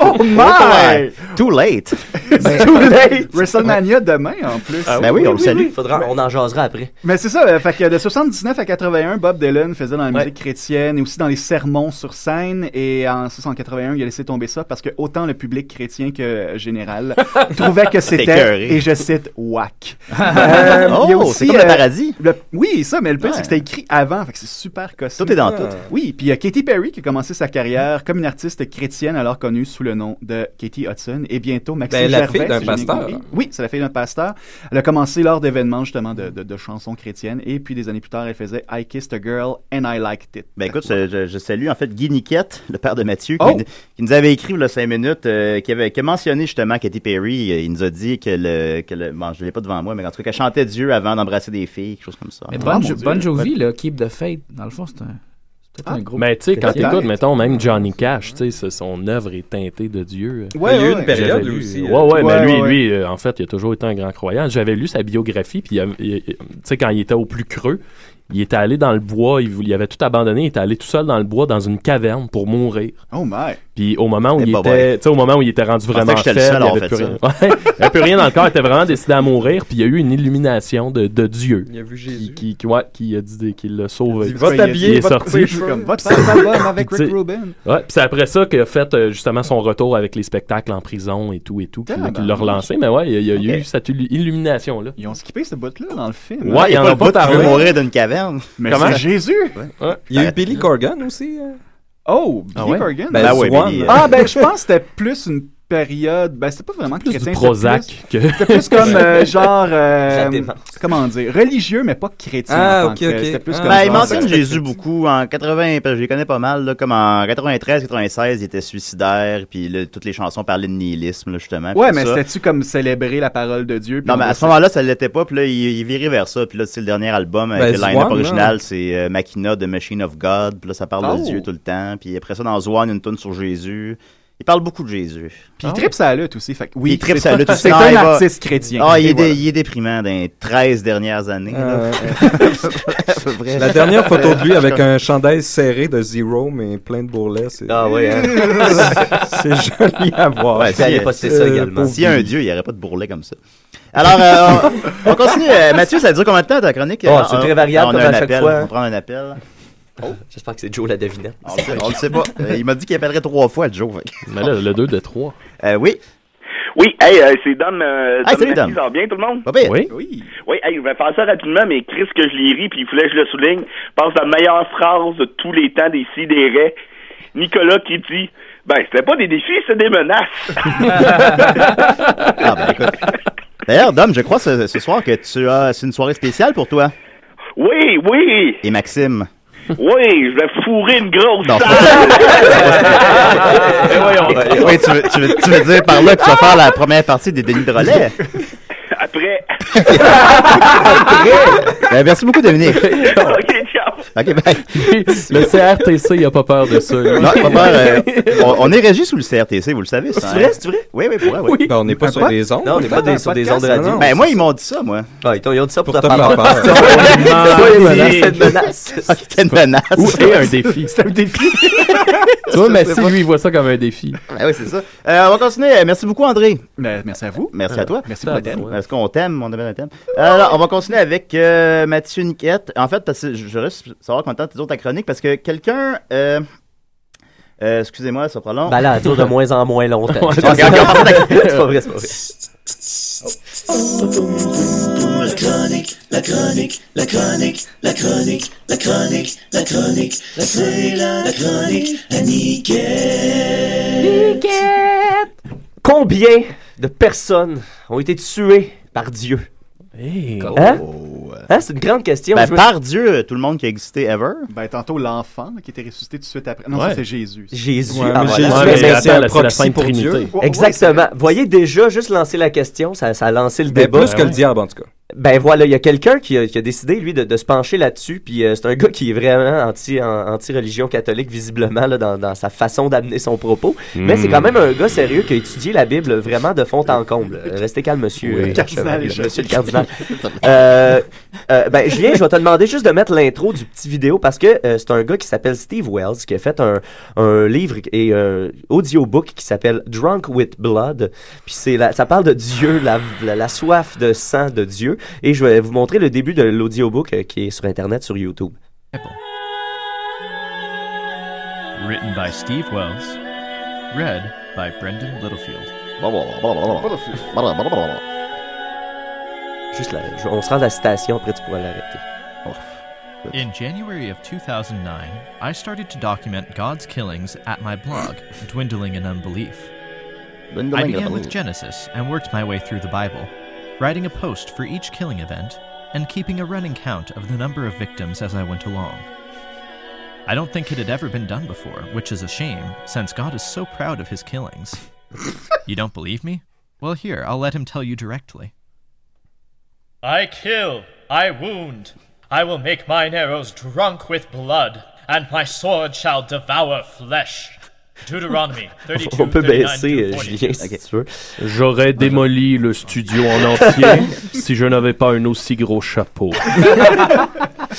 K: Oh my!
D: Too late!
K: It's too late! WrestleMania demain en plus.
D: Ah
M: Ben oui, on le salue. Faudra, on en jasera après.
K: Mais c'est ça, euh, fait que de 79 à 81, Bob Dylan faisait dans la musique chrétienne et aussi dans les sermons sur scène. Et en 681, il a laissé tomber ça parce que autant le public chrétien que euh, général trouvait que
D: T'écœuré.
K: c'était, et je cite, whack.
D: Oh,
K: Euh, il y a euh,
D: c'est comme le paradis.
K: le- oui, ça, mais le pire, c'est que c'était écrit avant, fait que c'est super cosmique.
D: Tout est dans
K: Ah.
D: tout.
K: Oui, puis il y a Katy Perry qui a commencé sa carrière comme une artiste chrétienne alors connue sous le nom de Katy Hudson et bientôt Maxime
J: Ben, la
K: Gervais,
J: fille d'un
K: si j'ai bien
J: pasteur.
K: compris. Oui, c'est la fille d'un pasteur. Elle a commencé lors d'événements justement de, de- de chansons chrétiennes et puis des années plus tard, elle faisait I Kissed a Girl and I Liked It.
D: Ben écoute, je, je- je salue en fait Guy Niquette, le père de Mathieu, qui,
K: Oh!
D: qui nous avait écrit il y a cinq minutes, euh, qui, avait, qui a mentionné justement Katy Perry. euh, Il nous a dit que le. Que le bon, je l'ai pas devant moi, mais en tout cas, qu'elle chantait Dieu avant d'embrasser des filles, quelque chose comme ça.
F: Mais
D: Ah,
F: Bon,
D: mon
F: Jo-
D: Dieu. Ah.
F: Bon Jovi, là, Keep the Faith, dans le fond, c'est un. c'est peut-être un groupe.
I: Mais tu sais, quand
F: chrétien.
I: t'écoutes, mettons, même Johnny Cash, tu sais, ça, son œuvre est teintée de Dieu.
F: Ouais,
J: Il y a eu ouais, une ouais. période
I: J'avais lu-
J: aussi, euh,
I: Ouais, ouais, mais
J: ouais,
I: lui,
J: ouais.
I: lui, euh, en fait, il a toujours été un grand croyant. J'avais lu sa biographie, puis euh, il a- il- il- tu sais, quand il était au plus creux, il était allé dans le bois, il, voulait- il avait tout abandonné, il était allé tout seul dans le bois, dans une caverne, pour mourir.
K: Oh my!
I: Puis au moment où
J: Eh,
I: il
J: bah,
I: était,
J: ouais.
I: tu sais, au moment où il était rendu
J: Je pensais
I: vraiment
J: que j'étais
I: faible,
J: le seul à
I: il
J: avoir
I: avait
J: fait
I: plus
J: ça.
I: rien. Ouais, il avait plus rien dans le corps, il était vraiment décidé à mourir, puis il y a eu une illumination de, de Dieu.
J: Il a vu
I: Jésus. Qui, qui, ouais, qui a dit qu'il l'a sauvé.
J: Il dit, Va t'habiller,
I: Il est
J: va te couper
I: sorti.
J: les cheveux.
K: Comme, va te faire un album avec
I: Puis, tu
K: Rick
I: sais,
K: Rubin.
I: Ouais, puis c'est après ça qu'il a fait euh, justement son retour avec les spectacles en prison et tout et tout, qu'il
K: Ah,
I: qu'il
K: ben,
I: l'a relancé. Mais ouais, il y a- il y a,
K: Ok.
I: eu cette illu- illumination-là.
K: Ils ont skippé ce bout-là dans le film.
I: Ouais, ils en ont pas
D: bout qui
I: parlé.
D: veut mourir d'une caverne.
K: Mais
I: Comment?
K: c'est Jésus!
J: Il y a eu Billy Corgan aussi. euh,
K: Oh, Billy
J: Ah ouais?
K: Corgan.
J: Ben, Ben ouais, Swan. Billy, euh.
K: Ah, ben, je pense que c'était plus une période. Ben, c'était pas vraiment
I: plus du
K: chrétien. c'était
I: Prozac
K: plus-
I: que-
K: C'était plus comme euh, genre. euh,
D: Ça démarre.
K: comment dire Religieux, mais pas chrétien.
J: Ah,
K: en tant que tel. C'était plus comme.
D: Ben,
K: genre,
D: il mentionne
K: euh,
D: Jésus beaucoup. En 80, parce que je les connais pas mal, là, comme en 93, 96, il était suicidaire, puis là, toutes les chansons parlaient de nihilisme, là, justement.
K: Ouais,
D: hein, puis
K: mais
D: ça.
K: c'était-tu comme célébrer la parole de Dieu? puis
D: Non,
K: on
D: mais à
K: va-
D: ce moment-là, ça l'était pas, puis là, il, il virait vers ça. Puis là, c'est le dernier album avec
K: Ben,
D: le
K: Zwan,
D: line-up
K: là.
D: original, c'est euh, Machina de Machine of God. Puis là, ça parle
K: Oh.
D: de Dieu tout le temps. Puis après ça, dans Zwan, une tune sur Jésus. Il parle beaucoup de Jésus.
J: Ah.
K: Puis il tripe sa lutte aussi. Fait que oui,
D: il tripe
K: c'est-
D: sa lutte aussi.
K: C'est
D: Non,
K: un
D: il va-
K: artiste chrétien.
D: Ah, il, est
K: Et voilà.
D: dé- il est déprimant dans les 13 dernières années.
J: Euh,
D: là. À peu près.
J: La dernière photo de lui avec un chandail serré de Zero, mais plein de bourrelets. c'est-
D: Ah ouais, hein.
J: c'est joli à voir.
D: Ouais,
J: C'est-
D: s'il y a-
J: euh, pauvre
D: S'il y a un
J: Billy.
D: dieu, il n'y aurait pas de bourrelet comme ça. Alors, euh, on, on continue. Euh, Mathieu, ça dure combien de temps ta chronique?
M: Oh,
D: Euh,
M: c'est
D: on-
M: très variable
D: on a
M: comme
D: un
M: à chaque
D: appel,
M: fois. Oh,
D: On prend un appel.
M: J'espère que c'est Joe la devinette.
D: On le sait- on le sait pas. Euh, Il m'a dit qu'il appellerait trois fois, Joe.
I: Mais là, le 2 de 3.
D: Euh, oui.
H: Oui, hey, euh, c'est Dom. Euh,
D: Hey,
H: Dom.
D: salut, Dom.
H: Massy, Ça va bien, tout le monde?
D: Pas pire.
I: Oui.
H: Oui, hey, je vais faire ça rapidement, mais Chris, que je l'ai ri, puis il voulait que je le souligne. Je pense à la meilleure phrase de tous les temps des sidérés. Nicolas qui dit Ben, c'était pas des défis, c'est des menaces.
D: Ah, ben, écoute. D'ailleurs, Dom, je crois ce, ce soir que tu as. C'est une soirée spéciale pour toi.
H: oui, oui,
D: Et Maxime.
H: oui, je vais fourrer une grosse
D: Non,
H: salle. Eh, voyons.
D: Oui, tu veux, tu veux- tu veux dire par là que tu vas faire la première partie des Denis de relais?
H: Après.
D: Ben, merci beaucoup, Dominique.
H: OK, ciao.
D: OK, bye.
I: Le CRTC, il a pas peur de ça. lui.
D: Non, pas peur, euh, on, on est régi sous le CRTC, vous le savez. ça,
M: C'est
D: hein?
M: vrai, c'est vrai?
D: Oui, oui, pour vrai, oui.
J: Ben, on n'est pas sur des ondes.
M: Non, on n'est pas
D: Ben,
M: des- sur des ondes
D: podcast,
M: radio.
D: non. Ben, moi, ils m'ont dit ça, moi.
M: Ah, ils t'ont- ils ont dit ça pour,
D: te
M: te faire
D: faire
M: peur.
D: peur.
M: C'est une menace, c'est une menace.
D: Ah, C'était une menace.
I: Ou et un défi.
D: C'était un défi.
I: Tu vois, mais
D: Je sais
I: si
D: pas.
I: lui, il voit ça comme un défi.
D: Ben oui, c'est ça. Euh, on va continuer. Euh, Merci beaucoup, André.
K: Ben, merci à vous.
D: Merci à toi.
K: Merci pour le thème.
D: Parce qu'on t'aime, on a bien un thème. Euh, Alors, on va continuer avec euh, Mathieu Niquette. En fait, parce que je je voudrais savoir combien de temps tu dures ta chronique, parce que quelqu'un... euh, euh, Excusez-moi, ça prend long.
M: Ben là, elle dure de moins en moins longtemps.
D: Ok, ok, on passe à ta-
M: C'est pas vrai, c'est pas vrai.
O: La chronique, la chronique, la chronique, la chronique, la chronique, la chronique, la chronique, la chronique, la niquette.
M: Combien de personnes ont été tuées par Dieu? Hein? Hein, C'est une grande question.
D: Ben,
M: Je me-
D: par Dieu, tout le monde qui a existé ever.
K: Ben, tantôt, l'enfant qui était ressuscité tout de suite après. Non,
D: Ouais.
K: ça, c'est Jésus.
M: Jésus.
K: Ouais,
M: ah,
K: mais
M: voilà.
K: Jésus,
M: Ouais, mais
K: c'est
M: c'est
K: la-
M: un
K: la
M: proxy
K: Sainte
M: pour
K: Trinité.
M: Dieu.
K: Ouais, ouais,
M: Exactement. Voyez déjà, juste lancer la question, ça, ça a lancé le
J: Ben,
M: débat.
J: plus que le diable, en tout cas.
M: Ben voilà, il y a quelqu'un qui, a- qui a décidé, lui, de, de se pencher là-dessus. Puis euh, c'est un gars qui est vraiment anti, en- anti-religion catholique, visiblement, là, dans, dans sa façon d'amener son propos. Mais
J: Hmm.
E: Mm.
M: c'est quand même un gars sérieux qui a étudié la Bible vraiment de fond en comble. Euh, Restez calme, monsieur.
E: Oui.
M: euh,
E: Cardinal.
M: Chevalier, monsieur le cardinal. Euh, euh, ben, Julien, je vais te demander juste de mettre l'intro du petit vidéo parce que euh, c'est un gars qui s'appelle Steve Wells qui a fait un, un livre et un audiobook qui s'appelle Drunk with Blood. Puis c'est la- ça parle de Dieu, la, la- la soif de sang de Dieu. Et je vais vous montrer le début de l'audiobook euh, qui est sur Internet, sur YouTube.
Q: Written by Steve Wells. Read by Brendan Littlefield.
M: Juste là, je- on se rend à la station, après tu pourras l'arrêter.
Q: In January of 2009, I started to document God's killings at my blog, Dwindling in Unbelief.
D: Dwindling
Q: I
D: in
Q: began with
D: Unbelief.
Q: Genesis and worked my way through the Bible, writing a post for each killing event and keeping a running count of the number of victims as I went along. I don't think it had ever been done before, which is a shame, since God is so proud of his killings. you don't believe me? Well, here, I'll let him tell you directly.
R: I kill, I wound. I will make mine arrows drunk with blood, and my sword shall devour flesh. Deuteronomy 32,
I: On peut
R: 39
I: baisser,
R: to
I: euh,
R: 40.
I: Julien, si tu veux. J'aurais démoli le studio en entier si je n'avais pas un aussi gros chapeau.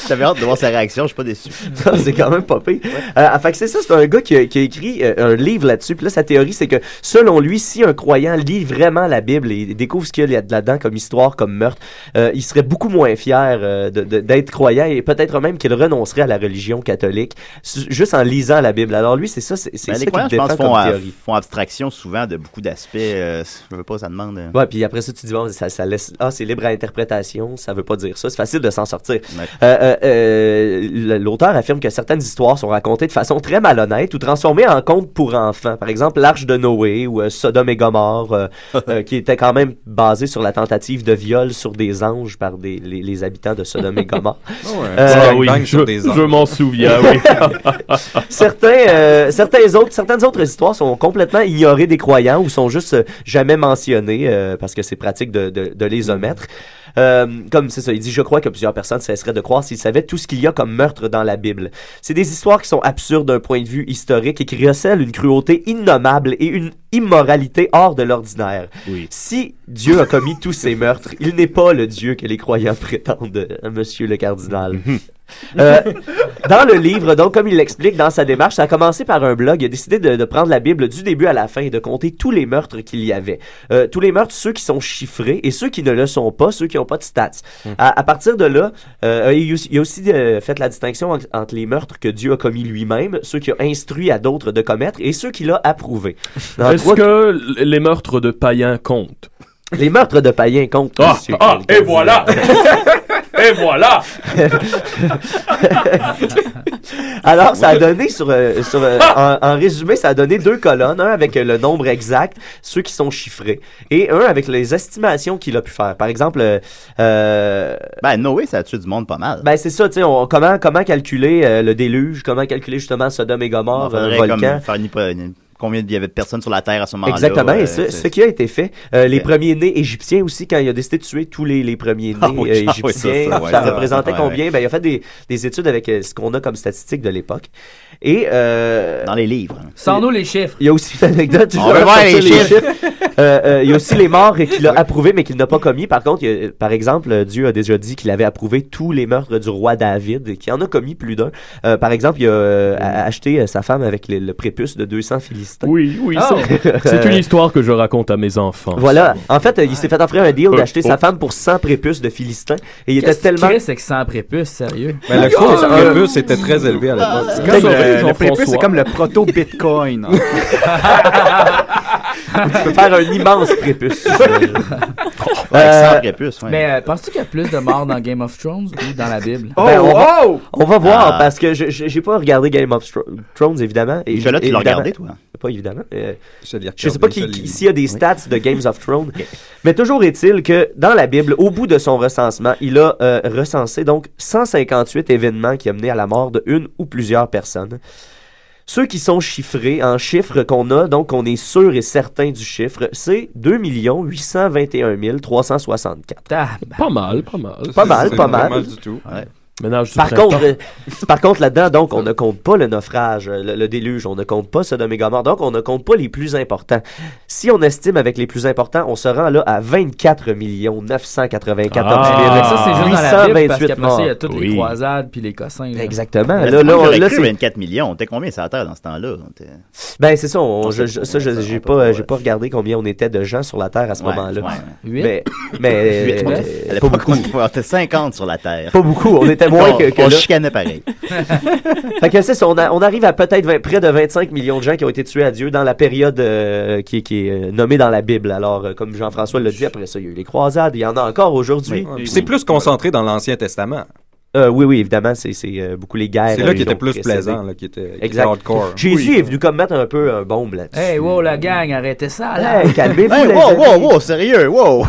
D: J'avais hâte de voir sa réaction, je suis pas déçu.
M: Ça, c'est quand même pas pire. Euh, ah, fait que c'est ça, c'est un gars qui a, qui a écrit euh, un livre là-dessus. Puis là, sa théorie, c'est que selon lui, si un croyant lit vraiment la Bible et découvre ce qu'il y a là-dedans comme histoire, comme meurtre, euh, il serait beaucoup moins fier euh, de- de- d'être croyant et peut-être même qu'il renoncerait à la religion catholique su- juste en lisant la Bible. Alors lui, c'est ça, c'est c'est
D: Ben,
M: ça
D: les
M: qu'il
D: croyants, je
M: défend
D: pense,
M: comme
D: font,
M: théorie.
D: font abstraction souvent de beaucoup d'aspects. euh, je veux pas, ça demande. euh,
M: Ouais, puis après ça, tu dis, bon, ça, ça laisse. Ah, c'est libre à interprétation, ça veut pas dire ça. C'est facile de s'en sortir. Euh, euh, euh, l- L'auteur affirme que certaines histoires sont racontées de façon très malhonnête ou transformées en contes pour enfants. Par exemple, L'Arche de Noé ou euh, Sodome et Gomorre, euh, euh, qui était quand même basé sur la tentative de viol sur des anges par des, les, les habitants de Sodome et Gomorre. Euh,
J: ouais. Ah oui, Bang sur je- des anges. je m'en souviens, oui.
M: certains, euh, certains autres, certaines autres histoires sont complètement ignorées des croyants ou sont juste euh, jamais mentionnées euh, parce que c'est pratique de, de, de les omettre. Euh, comme c'est ça, il dit, je crois que plusieurs personnes cesseraient de croire s'ils savaient tout ce qu'il y a comme meurtre dans la Bible. C'est des histoires qui sont absurdes d'un point de vue historique et qui recèlent une cruauté innommable et une immoralité hors de l'ordinaire. Si Dieu a commis tous ces meurtres, il n'est pas le Dieu que les croyants prétendent, euh, monsieur le cardinal. Euh, dans le livre, donc, comme il l'explique dans sa démarche, ça a commencé par un blog. Il a décidé de, de prendre la Bible du début à la fin et de compter tous les meurtres qu'il y avait. Euh, tous les meurtres, ceux qui sont chiffrés et ceux qui ne le sont pas, ceux qui n'ont pas de stats.
I: Hmm.
M: À, à partir de là, euh, il, aussi- il a aussi euh, fait la distinction en- entre les meurtres que Dieu a commis lui-même, ceux qu'il a instruit à d'autres de commettre et ceux qu'il a approuvés. Dans
I: Est-ce
M: trois-
I: que l- les meurtres de païens comptent
M: Les meurtres de païens comptent.
I: Ah,
M: monsieur
I: ah,
M: Calgary.
I: et voilà Et voilà
M: Alors, ça a donné sur, euh, sur euh, en, en résumé, ça a donné deux colonnes, un avec euh, le nombre exact, ceux qui sont chiffrés, et un avec les estimations qu'il a pu faire. Par exemple, euh,
D: ben Noé, ça a tué du monde pas mal.
M: Ben c'est ça, tu sais, on- comment comment calculer euh, le déluge, comment calculer justement Sodome et
D: on
M: Gomorre, euh,
D: faudrait
M: volcan.
D: comme faire une hypo- une- combien il y avait de personnes sur la Terre à ce moment-là.
M: Exactement,
D: euh,
M: et ce,
D: c'est-
M: ce qui a été fait, euh, les premiers-nés égyptiens aussi, quand il a décidé de tuer tous les, les premiers-nés
D: Ah oui,
M: euh,
D: ah oui, ça,
M: égyptiens,
D: ça,
M: ça,
D: ouais, ça,
M: représentait
D: ouais,
M: combien? Ben, il a fait des, des études avec euh, ce qu'on a comme statistiques de l'époque. Et Dans
D: les livres.
F: Sans nous les chiffres.
M: Il y a aussi une anecdote.
F: On veut voir
M: sortir
F: les chiffres.
M: Euh, euh, il y a aussi les morts qu'il a approuvés, mais qu'il n'a pas commis. Par contre, il y a- par exemple, euh, Dieu a déjà dit qu'il avait approuvé tous les meurtres du roi David, et qu'il en a commis plus d'un. Euh, par exemple, il a euh, a- acheté euh, sa femme avec les- le prépuce de 200 philistins.
I: Oui, oui, ça- C'est
M: Euh,
I: une histoire que je raconte à mes enfants.
M: Voilà. En fait, euh, il s'est fait offrir un deal
I: Euh,
M: d'acheter
I: oh.
M: sa femme pour 100 prépuces de Philistins. Et il était
F: Qu'est-ce que
M: tellement.
F: Chris, c'est que 100 prépuces, sérieux.
M: Ben, le cours du prépuce
F: c'était
M: était très élevé à l'époque.
K: C'est comme le, le prépuce, c'est comme le proto-bitcoin.
I: hein.
M: tu peux faire un immense prépuce.
F: Euh,
D: ouais.
F: Mais euh, penses-tu qu'il y a plus de morts dans Game of Thrones ou dans la Bible?
I: Oh,
M: Ben, on, va, on va voir
F: Ah.
M: parce que je- je- j'ai pas regardé Game of Thro- Thrones évidemment. Et
D: Nicolas, tu l'as
M: évidemment-
D: regardé, toi?
M: Pas évidemment. euh, je,
D: regardé,
M: sais pas qui-
D: je l'ai
M: qui-
D: vu.
M: s'il y a des stats de Games of Thrones, mais toujours est-il que dans la Bible, au bout de son recensement, il a euh, recensé donc 158 événements qui ont mené à la mort de une ou plusieurs personnes. Ceux qui sont chiffrés en chiffres qu'on a, donc on est sûr et certain du chiffre, c'est 2 821 364.
I: Pas mal, pas mal.
M: Pas mal, Ah, pas mal.
I: Ménage du
M: Par
I: printemps.
M: contre, euh, par contre, là-dedans, donc, on ne compte pas le naufrage, euh, le, le déluge, on ne compte pas Sodome et Gomorre, donc on ne compte pas les plus importants. Si on estime avec les plus importants, on se rend là à 24 994
F: Ah. Fait que ça, c'est juste dans la Bible parce
M: 828
F: qu'après ça, il y a
M: morts.
F: toutes les croisades puis les cossins. là.
M: Exactement.
D: Mais
M: Là, là,
D: c'est moi qui
M: on-
D: aurais
M: là,
D: cru
M: c'est-
D: 24 millions. On était combien sur la Terre dans ce temps-là? On était-
M: Ben, c'est ça, on- je- je- ça, je- j'ai pas, j'ai pas regardé combien on était de gens sur la Terre à ce
D: Ouais,
M: moment-là.
D: ouais.
M: Mais, mais,
D: Huit,
M: euh,
D: on était- à l'époque,
M: pas beaucoup.
D: On était 50 sur la Terre.
M: Pas beaucoup, on était moins
D: on,
M: que- que
D: On
M: là.
D: chicanait pareil.
M: fait que c'est ça, on, a- on arrive à peut-être vingt- près de 25 millions de gens qui ont été tués à Dieu dans la période euh, qui, est- qui est euh, nommée dans la Bible. Alors, euh, comme Jean-François l'a dit, après ça, il y a eu les croisades, il y en a encore aujourd'hui.
J: Puis c'est plus concentré dans l'Ancien Testament.
M: Euh, oui, oui, évidemment, c'est c'est, euh, beaucoup les guerres.
J: C'est là
M: euh,
J: qui était
M: ont
J: plus
M: précédé.
J: plaisant, là, qui était- qui était
M: exact.
J: hardcore.
M: Jésus
J: Oui.
M: est venu comme mettre un peu un bombe là-dessus.
F: Hey, wow, la gang, arrêtez ça, là.
M: Hey, calmez-vous,
D: Hey,
M: les
D: wow,
M: amis.
D: wow, wow, sérieux,
M: Oh,
D: wow!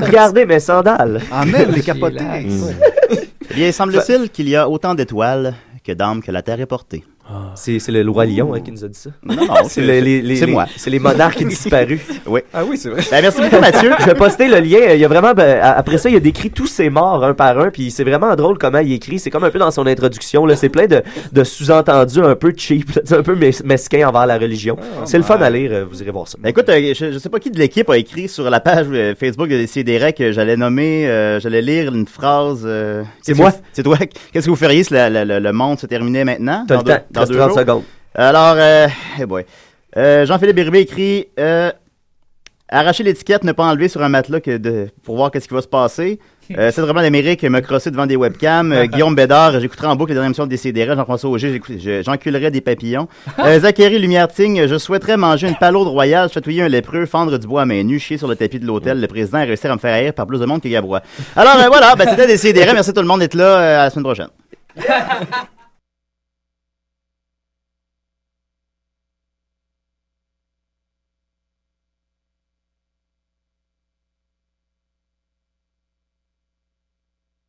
M: Regardez mes sandales.
D: Amène les capotés.
M: Ah, capotés.
D: Eh bien, semble-t-il qu'il y a autant d'étoiles que d'âmes que la Terre est portée.
M: Ah. C'est c'est le roi Lion hein, qui nous a dit ça.
D: Non, non,
M: c'est les, les- les-
D: c'est moi.
M: C'est les monarques qui ont disparu.
D: Oui.
J: Ah oui, c'est vrai.
D: Ben, merci beaucoup, Mathieu.
M: Je vais poster le lien. Il y a vraiment, ben, a- après ça, il a décrit tous ses morts un par un. Puis c'est vraiment drôle comment il écrit. C'est comme un peu dans son introduction. là. C'est plein de, de sous-entendus un peu cheap, là, tu sais, un peu mes- mesquins envers la religion. c'est le fun à lire. euh, Vous irez voir ça.
D: Oh, Ben, écoute, euh, je, je sais pas qui de l'équipe a écrit sur la page euh, Facebook de Décideret que j'allais nommer, euh, j'allais lire une phrase. euh,
M: C'est
D: qu'est-ce
M: moi.
D: que- C'est toi. Qu'est-ce que vous feriez si la- la- la- le monde se terminait maintenant?
M: T'as le
D: deux-
M: temps. Il reste 30
D: jours?
M: secondes.
D: Alors, euh, eh boy. Euh, Jean-Philippe Bérubé écrit euh, Arracher l'étiquette, ne pas enlever sur un matelas que de- pour voir qu'est-ce qui va se passer. Euh, cette vraiment d'Amérique me crosser devant des webcams. Euh, Guillaume Bédard, j'écouterai en boucle les dernières émissions de DCDR. Jean-François Auger, j'écoute- je- j'enculerai des papillons. Euh, Zachary Lumière-Ting, je souhaiterais manger une palourde royale, chatouiller un lépreux, fendre du bois à main nue, chier sur le tapis de l'hôtel. Le président a réussi à me faire haïr par plus de monde que Gabrois. Alors euh, voilà, ben, c'était DCDR. Merci à tout le monde d'être là. Euh, à la semaine prochaine.